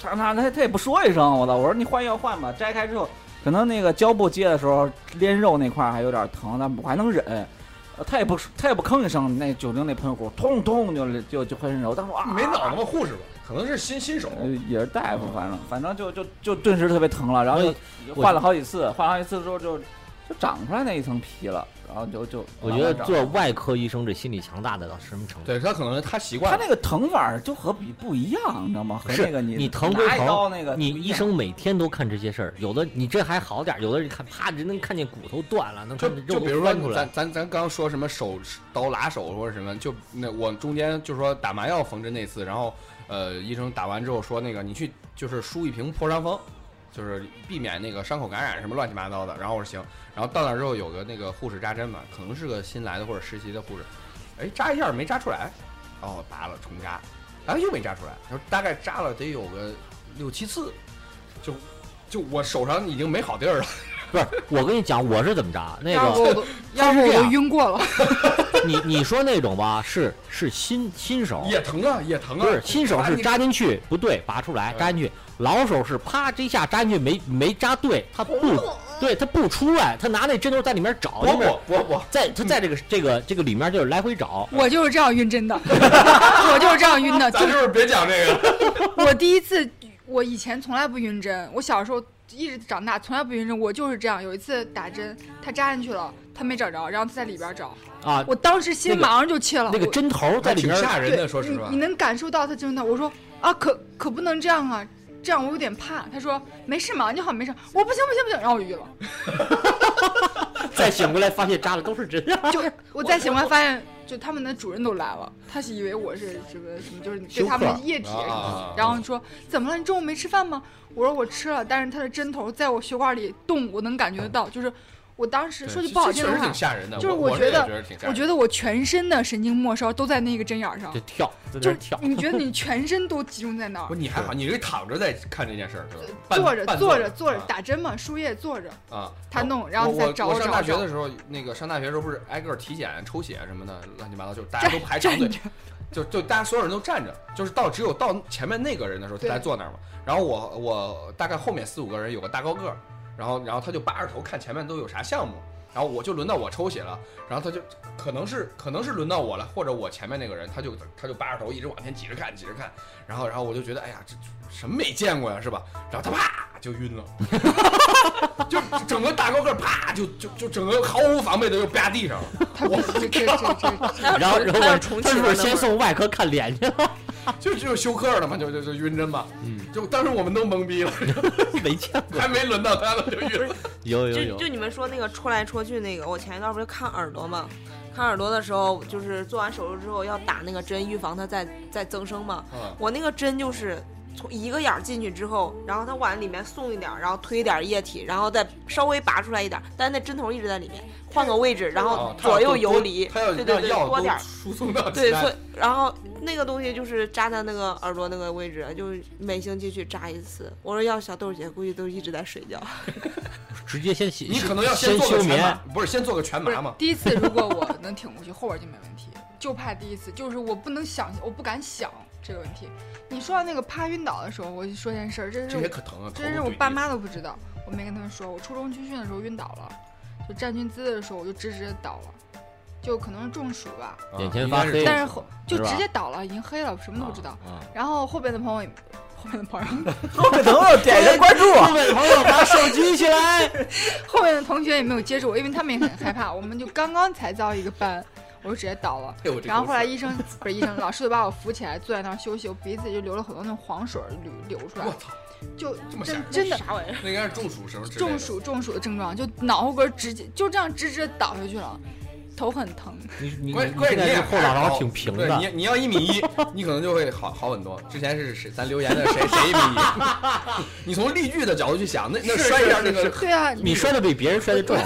Speaker 5: 他他他他也不说一声，我操！我说你换药换吧，摘开之后，可能那个胶布接的时候连肉那块儿还有点疼，但我还能忍。呃他也不他也不吭一声，那酒精那喷壶通通就就就喷手，当时啊
Speaker 1: 你没脑子吗？护士吧，可能是新新手。
Speaker 5: 呃也是大夫，反正反正就就就顿时特别疼了，然后
Speaker 4: 我
Speaker 5: 就换了好几次，换了好几次之后就就长出来那一层皮了，然后就就
Speaker 4: 我觉得做外科医生这心理强大得到什么程度？
Speaker 1: 对他可能他习惯
Speaker 5: 他
Speaker 1: 了，
Speaker 5: 那个疼法儿就和比不一样，你知道吗？和
Speaker 4: 是
Speaker 5: 那个你
Speaker 4: 你疼归
Speaker 5: 拿一
Speaker 4: 疼
Speaker 5: 刀那个
Speaker 4: 你
Speaker 5: 呃不一
Speaker 4: 医
Speaker 5: 样
Speaker 4: 生每天都看这些事儿，有的你这还好点儿，有的人看啪只能看见骨头断了，能看
Speaker 1: 就
Speaker 4: 见
Speaker 1: 就
Speaker 4: 肉
Speaker 1: 比如说
Speaker 4: 都翻出来
Speaker 1: 咱。咱咱刚说什么手刀拉手或者什么，就那我中间就说打麻药缝针那次，然后呃医生打完之后说那个你去就是输一瓶破伤风，就是避免那个伤口感染什么乱七八糟的。然后我说行，然后到那儿之后有个那个护士扎针嘛，可能是个新来的或者实习的护士，哎扎一下没扎出来，哦拔了重扎，哎又没扎出来，然后大概扎了得有个六七次，就就我手上已经没好地儿了。
Speaker 4: 不是，我跟你讲，我是怎么扎那
Speaker 3: 要是我
Speaker 4: 个，
Speaker 3: 都要是我
Speaker 4: 这
Speaker 3: 都
Speaker 4: 样
Speaker 3: 晕 过了，
Speaker 4: 你你说那种吧，是是新新手，
Speaker 1: 也疼啊，也疼啊！
Speaker 4: 哦不是新手
Speaker 1: 啊
Speaker 4: 是
Speaker 1: 你
Speaker 4: 扎进去不对，拔出来
Speaker 1: 嗯
Speaker 4: 扎进去，老手是啪这一下扎进去没没扎对，他不对他不出来，他拿那针头在里面找，
Speaker 1: 伯
Speaker 4: 那边
Speaker 1: 伯伯伯，
Speaker 3: 啊
Speaker 4: 在他在这个这个这个里面就是来回找，
Speaker 3: 我就是这样晕 针的，我就是这样晕的，就
Speaker 1: 咱是
Speaker 3: 是
Speaker 1: 不是别讲这个？
Speaker 3: 我第一次，我以前从来不晕针，我小时候一直长大从来不晕针，我就是这样。有一次打针，他扎进去了，他没找着，然后他在里边找，
Speaker 4: 啊，
Speaker 3: 我当时心
Speaker 4: 那个
Speaker 3: 马上就切了。
Speaker 4: 那个
Speaker 3: 我
Speaker 4: 针头在里
Speaker 1: 挺
Speaker 4: 面
Speaker 1: 吓人
Speaker 3: 对
Speaker 1: 的，说实话
Speaker 3: 你你。能感受到他真的，我说啊，可可不能这样啊，这样我有点怕。他说没事嘛，你好没事。我不行不行不行，然后我晕了。
Speaker 4: 再醒过来发现扎的都是针，
Speaker 3: 就我再醒过来发现，就他们的主任都来了，他是以为我是什么什么，就是对他们的液体
Speaker 1: 休克啊啊啊，
Speaker 3: 然后说怎么了？你中午没吃饭吗？我说我吃了，但是他的针头在我血管里动，我能感觉得到，就是我当时
Speaker 1: 对
Speaker 3: 说句
Speaker 1: 这
Speaker 3: 不好
Speaker 1: 这
Speaker 3: 听
Speaker 1: 确
Speaker 3: 的
Speaker 1: 实
Speaker 3: 话
Speaker 1: 挺。吓人的，
Speaker 3: 就是
Speaker 1: 我
Speaker 3: 我
Speaker 1: 是也
Speaker 3: 觉得
Speaker 1: 得挺吓人的。
Speaker 3: 我觉得我全身的神经末梢都在那个针眼上
Speaker 4: 就，跳，在那
Speaker 3: 就
Speaker 4: 儿
Speaker 3: 是
Speaker 4: 跳。
Speaker 3: 你觉得你全身都集中在那儿
Speaker 1: 不，，你还好，你是躺着在看这件事儿是吧？半
Speaker 3: 坐着
Speaker 1: 半
Speaker 3: 坐
Speaker 1: 坐
Speaker 3: 着坐着
Speaker 1: 啊
Speaker 3: 打针嘛，输液坐着，
Speaker 1: 啊，
Speaker 3: 他弄，然
Speaker 1: 我
Speaker 3: 后再
Speaker 1: 我
Speaker 3: 找
Speaker 1: 我上
Speaker 3: 找
Speaker 1: 大学
Speaker 3: 找
Speaker 1: 的。时候，那个上大学的时候不是挨个儿体检、抽血什么的，乱七八糟，就大家都排长队
Speaker 3: 站着，
Speaker 1: 就就大家所有人都站着，就是到只有到前面那个人的时候，
Speaker 3: 对
Speaker 1: 才坐那儿嘛。然后我我大概后面四五个人有个大高个儿，然后然后他就扒着头看前面都有啥项目，然后我就轮到我抽血了，然后他就可能是可能是轮到我了，或者我前面那个人，他就他就扒着头一直往前挤着看挤着看，然后然后我就觉得哎呀这这什么没见过呀是吧？然后他啪就晕了。就整个大高个儿啪就就就整个毫无防备的就啪地上了。
Speaker 3: 他不这这这 这
Speaker 4: 然后，然后
Speaker 2: 还有
Speaker 4: 我
Speaker 2: 重
Speaker 4: 他是
Speaker 2: 启
Speaker 4: 不
Speaker 2: 了那
Speaker 4: 是先
Speaker 2: 会儿
Speaker 4: 送外科看脸去了？
Speaker 1: 就就休克了嘛，就就就晕针嘛，
Speaker 4: 嗯，
Speaker 1: 就当时我们都懵 逼了，
Speaker 4: 没见过，
Speaker 1: 还没轮到他呢就晕了。
Speaker 4: 有有
Speaker 2: 就
Speaker 4: 有
Speaker 2: 就，你们说那个戳来戳去那个，我前一段不是看耳朵嘛，看耳朵的时候，就是做完手术之后要打那个针，预防它再再增生嘛。
Speaker 1: 啊，
Speaker 2: 我那个针就是从一个眼儿进去之后，然后它往里面送一点儿，然后推一点儿液体，然后再稍微拔出来一点儿，但那针头一直在里面，换个位置，然后
Speaker 1: 啊
Speaker 3: 哦
Speaker 1: 他
Speaker 2: 左
Speaker 1: 要
Speaker 2: 右
Speaker 1: 多
Speaker 2: 游离，
Speaker 1: 他要
Speaker 2: 对对
Speaker 1: 让
Speaker 2: 对，
Speaker 1: 药
Speaker 2: 多点
Speaker 1: 都
Speaker 2: 儿。
Speaker 1: 输送到
Speaker 2: 对，
Speaker 1: 其他
Speaker 2: 所以然后那个东西就是扎在那个耳朵那个位置，就是每星期去扎一次。我说要小豆姐，估计都一直在睡觉。
Speaker 4: 直接先洗
Speaker 1: 你可能要
Speaker 4: 先
Speaker 1: 做
Speaker 4: 休
Speaker 1: 个全麻
Speaker 4: 眠，，
Speaker 1: 不是先做个全
Speaker 3: 不是
Speaker 1: 麻嘛？
Speaker 3: 第一次，如果我能挺过去，后边就没问题。就怕第一次，就是我不能想，我不敢想这个问题。你说到那个趴晕倒的时候，我就说件事儿，这是
Speaker 1: 这些
Speaker 3: 我
Speaker 1: 可疼啊！
Speaker 3: 真是我爸妈都不知道，我没跟他们说。我初中军训的时候晕倒了，就站军姿的时候我就直直的倒了，就可能是中暑吧，
Speaker 1: 头
Speaker 4: 眼前发
Speaker 1: 哎
Speaker 4: 黑
Speaker 3: 但是后就是
Speaker 4: 吧
Speaker 3: 直接倒了，已经黑了，什
Speaker 2: 嗯
Speaker 3: 么都不知道。
Speaker 4: 啊。
Speaker 3: 然后后边的朋友也，后边的朋友，
Speaker 5: 后面朋友点一下关注啊
Speaker 4: 各位朋友，把手机起 来。
Speaker 3: 后面的同学也没有接住我，因为他们也很害怕。我们就刚刚才造一个班， 我就直接倒了。
Speaker 1: 哎呦我这
Speaker 3: 然后
Speaker 1: 口
Speaker 3: 后来
Speaker 1: 水
Speaker 3: 医生不是医生，老师就把我扶起来，坐在那儿休息，我鼻子里就流了很多那种黄水儿流流出来
Speaker 1: 我，操，
Speaker 3: 就
Speaker 1: 这么吓
Speaker 3: 真
Speaker 1: 人
Speaker 3: 真的
Speaker 2: 啥玩意儿？
Speaker 1: 那应该是中暑什么之类的
Speaker 3: 中。暑中暑的症状，就脑后根儿直接就这样直直地倒下去了，头很疼。
Speaker 4: 你你
Speaker 1: 关
Speaker 4: 你
Speaker 1: 关
Speaker 4: 现
Speaker 1: 键嗯你
Speaker 4: 在这
Speaker 1: 也
Speaker 4: 后脑
Speaker 1: 还
Speaker 4: 勺
Speaker 1: 好
Speaker 4: 挺平
Speaker 1: 对
Speaker 4: 的，
Speaker 1: 你你要一米一，你可能就会好好很多。之前是谁？咱留言的谁谁一米一？ 你从例句的角度去想，那那
Speaker 4: 是
Speaker 1: 摔一下
Speaker 4: 是
Speaker 1: 那个
Speaker 4: 是
Speaker 3: 对啊，
Speaker 4: 你摔的比别人摔 的重啊。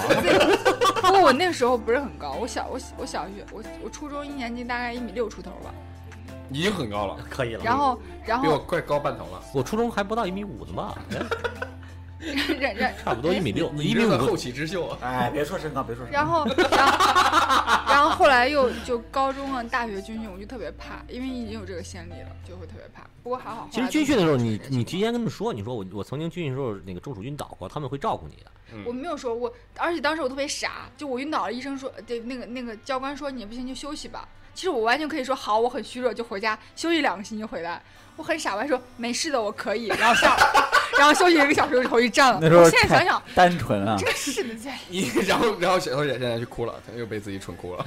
Speaker 3: 不过我那时候不是很高，我小我我小学我我初中一年级大概一米六出头吧，
Speaker 1: 已经很高了，
Speaker 4: 可以了。
Speaker 3: 然后然
Speaker 1: 比我
Speaker 3: 后
Speaker 1: 快高半头了。
Speaker 4: 我初中还不到一米五呢吧，
Speaker 3: 然然
Speaker 4: 差不多一米六，
Speaker 1: 哎你
Speaker 4: 一
Speaker 1: 一
Speaker 4: 米
Speaker 1: 定的
Speaker 4: 五
Speaker 1: 后。起之 秀啊！
Speaker 5: 哎，别说身高，别说身高。
Speaker 3: 然后，然后，然后后来又就高中啊、大学军训，我就特别怕，因为已经有这个先例了，就会特别怕。不过还好，
Speaker 4: 其实军训的时候，你你提前跟他们说，你说我我曾经军训的时候那个中暑晕倒过，他们会照顾你的。
Speaker 1: 嗯
Speaker 3: 我没有说我，而且当时我特别傻，就我晕倒了，医生说，对那个那个教官说你不行就休息吧。其实我完全可以说好，我很虚弱，就回家休息两个星期回来。我很傻，我还说没事的，我可以，然后笑， 然后休息一个小时，我就回去站了。
Speaker 5: 那时候
Speaker 3: 我现在想想，
Speaker 5: 单纯啊，
Speaker 3: 真是的，在
Speaker 1: 你然后然后小豆姐现在就哭了，她又被自己蠢哭 了。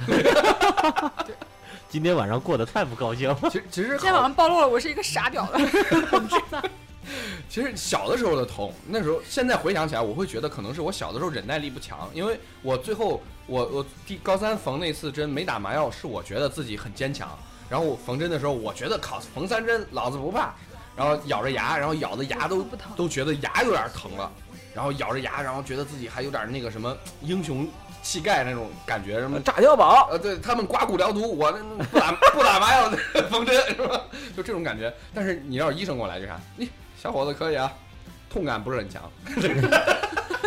Speaker 4: 今天晚上过得太不高兴了。
Speaker 1: 其实其实
Speaker 3: 今天晚上暴露了我是一个傻屌的。
Speaker 1: 其实小的时候的痛，那时候现在回想起来，我会觉得可能是我小的时候忍耐力不强，因为我最后我我第高三缝那次针没打麻药，是我觉得自己很坚强。然后我缝针的时候，我觉得靠缝三针老子不怕，然后咬着牙，然后咬的牙都
Speaker 3: 不疼
Speaker 1: 都觉得牙有点疼了，然后咬着牙，然后觉得自己还有点那个什么英雄气概那种感觉，什么
Speaker 5: 炸碉堡，
Speaker 1: 呃，对他们刮骨疗毒，我那不打不打麻药缝针是吧？ 就这种感觉。但是你要是医生过来就啥，你小伙子可以啊，痛感不是很强，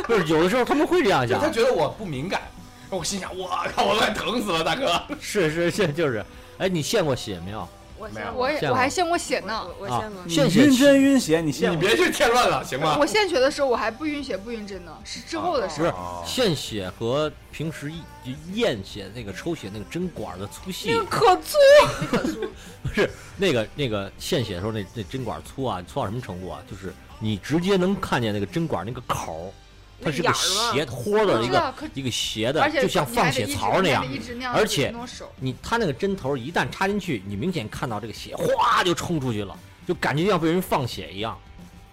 Speaker 4: 不是，有的时候他们会这样
Speaker 1: 就
Speaker 4: 想
Speaker 1: 他，觉得我不敏感。我心想，我靠，我快疼死了，大哥！
Speaker 4: 是是是，就是。哎，你献过血没有？
Speaker 2: 我
Speaker 1: 没有
Speaker 2: 先
Speaker 1: 我
Speaker 3: 我也
Speaker 4: 见
Speaker 3: 我
Speaker 4: 过
Speaker 3: 还献过血呢
Speaker 2: 我我
Speaker 4: 啊
Speaker 2: 先过。
Speaker 5: 你
Speaker 4: 献血
Speaker 5: 晕针晕血，你信
Speaker 1: 你别去添乱了， 行吗？啊
Speaker 3: 我献血的时候我还不晕血不晕针呢，是之后的事
Speaker 4: 不
Speaker 3: 儿。
Speaker 4: 是哦献血和平时一验血那个抽血那个针管的粗细
Speaker 3: 那，个嗯可粗， 啊
Speaker 4: 不是那个那个献血的时候那那针管粗啊，粗到什么程度啊？就是你直接能看见那个针管那个口儿，它是
Speaker 2: 那
Speaker 4: 个
Speaker 2: 眼儿
Speaker 4: 斜豁的一
Speaker 3: 知
Speaker 4: 个
Speaker 3: 道可，
Speaker 4: 一个斜的
Speaker 3: 而，且
Speaker 4: 就像
Speaker 3: 你
Speaker 4: 放
Speaker 3: 还得
Speaker 4: 血
Speaker 3: 一直
Speaker 4: 槽那样
Speaker 3: 你还。得一直那样
Speaker 4: 而
Speaker 3: 子
Speaker 4: 且
Speaker 3: 弄手，
Speaker 4: 你它那个针头一旦插进去，你明显看到这个血哗就冲出去了，就感觉像被人放血一样。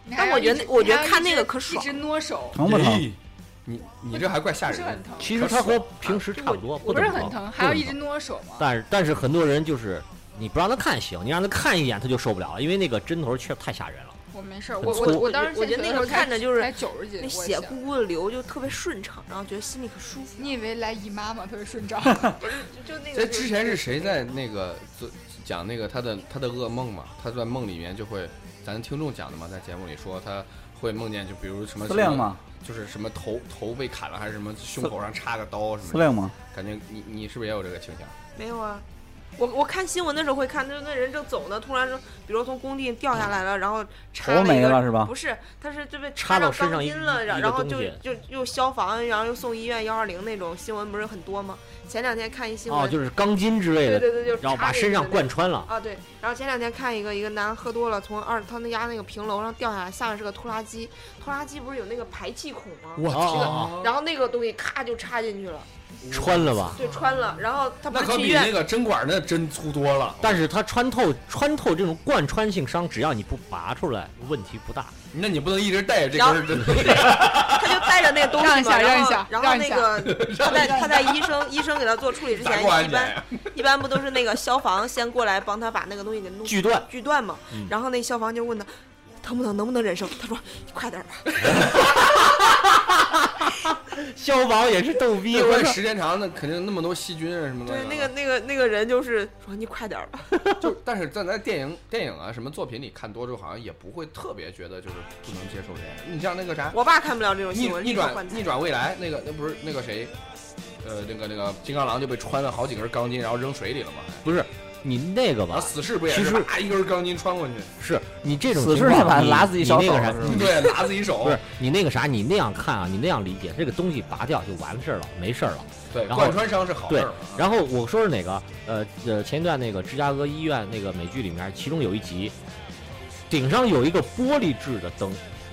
Speaker 3: 你
Speaker 2: 但
Speaker 3: 还
Speaker 2: 我
Speaker 3: 要
Speaker 2: 觉
Speaker 3: 一
Speaker 2: 得
Speaker 3: 直
Speaker 2: 我觉得
Speaker 3: 你还要
Speaker 2: 看
Speaker 3: 一
Speaker 2: 那
Speaker 3: 直
Speaker 2: 个可爽
Speaker 3: 一直摸手，
Speaker 5: 疼不
Speaker 4: 哎
Speaker 5: 疼？
Speaker 1: 咦你你这还怪吓
Speaker 3: 不
Speaker 1: 人
Speaker 3: 是
Speaker 1: 的
Speaker 3: 很。疼，
Speaker 4: 其实它和平时差不多，
Speaker 3: 我不
Speaker 4: 怎
Speaker 3: 是
Speaker 4: 么
Speaker 3: 很
Speaker 4: 疼，
Speaker 3: 还要
Speaker 4: 不怎么
Speaker 3: 一直
Speaker 4: 疼
Speaker 3: 摸手嘛。
Speaker 4: 但是但是很多人就是你不让他看行，你让他看一眼他就受不了了，因为那个针头确实太吓人了。
Speaker 3: 我没事儿，
Speaker 4: 很
Speaker 3: 我
Speaker 4: 粗
Speaker 3: 我我当时
Speaker 2: 我觉
Speaker 3: 献
Speaker 2: 得那
Speaker 3: 血的时
Speaker 2: 个
Speaker 3: 候
Speaker 2: 看着就是
Speaker 3: 才九十斤，
Speaker 2: 那
Speaker 3: 我
Speaker 2: 血
Speaker 3: 想
Speaker 2: 咕咕的流就特别顺畅，然后觉得心里可舒服。
Speaker 3: 你以为来姨妈吗？特别顺畅。
Speaker 4: 嗯
Speaker 2: 就就那
Speaker 1: 这
Speaker 2: 个
Speaker 1: 之前是谁在那个做讲那个他的他的噩梦嘛？他在梦里面就会，咱听众讲的嘛，在节目里说他会梦见，就比如什么
Speaker 5: 司令吗？
Speaker 1: 就是什么头头被砍了，还是什么胸口上插个刀什
Speaker 5: 司
Speaker 1: 么的，
Speaker 5: 令吗？
Speaker 1: 感觉你你是不是也有这个倾向？
Speaker 2: 没有啊。我我看新闻的时候会看，就是那人正走呢，突然说，比如从工地掉下来了，然后插
Speaker 5: 头
Speaker 2: 了一
Speaker 5: 没
Speaker 2: 个
Speaker 5: 了是吧
Speaker 2: 不是，他是就被
Speaker 4: 插到
Speaker 2: 到
Speaker 4: 身上
Speaker 2: 钢
Speaker 4: 一
Speaker 2: 筋了，
Speaker 4: 一
Speaker 2: 然
Speaker 4: 一个
Speaker 2: 然后
Speaker 4: 东
Speaker 2: 就
Speaker 4: 西
Speaker 2: 就又消防，然后又送医院幺二零那种新闻不是很多吗？前两天看一新闻，
Speaker 4: 哦，就是钢筋之类
Speaker 2: 对
Speaker 4: 的，
Speaker 2: 对对，就是
Speaker 4: 然后把
Speaker 2: 插进
Speaker 4: 身
Speaker 2: 去
Speaker 4: 上
Speaker 2: 的
Speaker 4: 贯穿了。
Speaker 2: 啊，对。然后前两天看一个，一个男的喝多了，从二他那家那个平楼上掉下来，下面是个拖拉机，拖拉机不是有那个排气孔吗？
Speaker 4: 我
Speaker 1: 哦
Speaker 4: 天，
Speaker 2: 然后那个东西咔就插进去了，
Speaker 4: 穿了吧？
Speaker 2: 对，穿了。然后他不
Speaker 1: 那
Speaker 2: 是
Speaker 1: 可
Speaker 2: 去医
Speaker 1: 比
Speaker 2: 院
Speaker 1: 那，个针管那针粗多了。
Speaker 4: 但是它穿透穿透这种贯穿性伤，只要你不拔出来，问题不大。
Speaker 1: 那你不能一直带着这根针，
Speaker 2: 他就带着那个东
Speaker 3: 让
Speaker 2: 西
Speaker 3: 一下
Speaker 2: 嘛，然
Speaker 3: 让一
Speaker 2: 后
Speaker 3: 下
Speaker 2: 然后
Speaker 3: 让
Speaker 2: 那
Speaker 3: 一下
Speaker 2: 个他在他在医生医生给他做处理之
Speaker 1: 咋
Speaker 2: 前，
Speaker 1: 过安
Speaker 2: 一
Speaker 1: 检呀
Speaker 2: 般？一般不都是那个消防先过来帮他把那个东西给弄
Speaker 4: 锯断，
Speaker 2: 锯断嘛
Speaker 4: 嗯？
Speaker 2: 然后那消防就问他疼不疼，能不能忍受？他说你快点儿吧。
Speaker 4: 消防也是逗逼，
Speaker 1: 因
Speaker 4: 我
Speaker 1: 为
Speaker 4: 说
Speaker 1: 时间长，那肯定那么多细菌啊什么的。
Speaker 2: 对，那个那个那个人就是说你快点儿吧。
Speaker 1: 就，但是咱在电影电影啊什么作品里看多之后，好像也不会特别觉得就是不能接受这样。你像那个啥，
Speaker 2: 我爸看不了这种
Speaker 1: 逆
Speaker 2: 新闻，
Speaker 1: 逆
Speaker 2: 立刻
Speaker 1: 转
Speaker 2: 换菜
Speaker 1: 逆转未来那个那不是那个谁，呃，那个那个金刚狼就被穿了好几根钢筋，然后扔水里了嘛。
Speaker 4: 不是你那个
Speaker 1: 然后
Speaker 4: 吧？
Speaker 1: 死侍不也是
Speaker 4: 其实
Speaker 1: 啪一根钢筋穿过去，
Speaker 4: 是你这种
Speaker 5: 死
Speaker 4: 情
Speaker 5: 士那把
Speaker 4: 况，你
Speaker 5: 拉自己
Speaker 4: 你
Speaker 5: 小
Speaker 4: 那
Speaker 5: 手
Speaker 4: 个啥
Speaker 5: 了是，吗
Speaker 4: 你
Speaker 1: 对，拿自己手
Speaker 4: 不是，你那个啥，你那样看啊，你那样理解，这个东西拔掉就完事儿了，没事儿了。
Speaker 1: 对，
Speaker 4: 然后
Speaker 1: 贯穿伤是好事儿嘛。啊
Speaker 4: 然后我说是哪个？呃呃，前一段那个芝加哥医院那个美剧里面，其中有一集，顶上有一个玻璃制的灯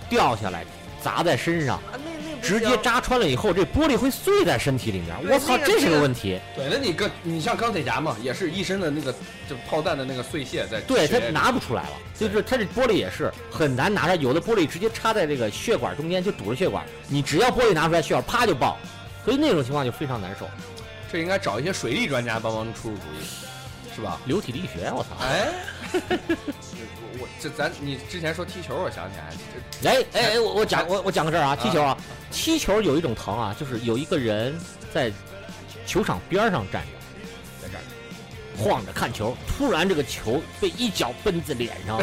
Speaker 4: 掉下来砸在身上，
Speaker 2: 啊，那那不
Speaker 4: 直接
Speaker 2: 行
Speaker 4: 扎穿了以后，这玻璃会碎在身体里面。
Speaker 2: 对
Speaker 4: 我操，
Speaker 2: 那个
Speaker 4: 这是
Speaker 2: 这
Speaker 4: 个
Speaker 2: 个
Speaker 4: 问题。
Speaker 1: 对，那你跟你像钢铁侠嘛，也是一身的那个就炮弹的那个碎屑在。
Speaker 4: 对他拿不出来了，
Speaker 1: 对
Speaker 4: 就是他这玻璃也是很难拿出来，有的玻璃直接插在这个血管中间就堵着血管，你只要玻璃拿出来，血管啪就爆，所以那种情况就非常难受。
Speaker 1: 这应该找一些水利专家帮忙出出主 意，是吧？
Speaker 4: 流体力学，我操！
Speaker 1: 哎，我我这咱你之前说踢球，我想起来，这
Speaker 4: 哎哎哎，我我讲我我讲个事儿啊，踢球啊，踢球有一种疼啊，就是有一个人在球场边上站着，在这儿晃着看球，突然这个球被一脚奔自脸上，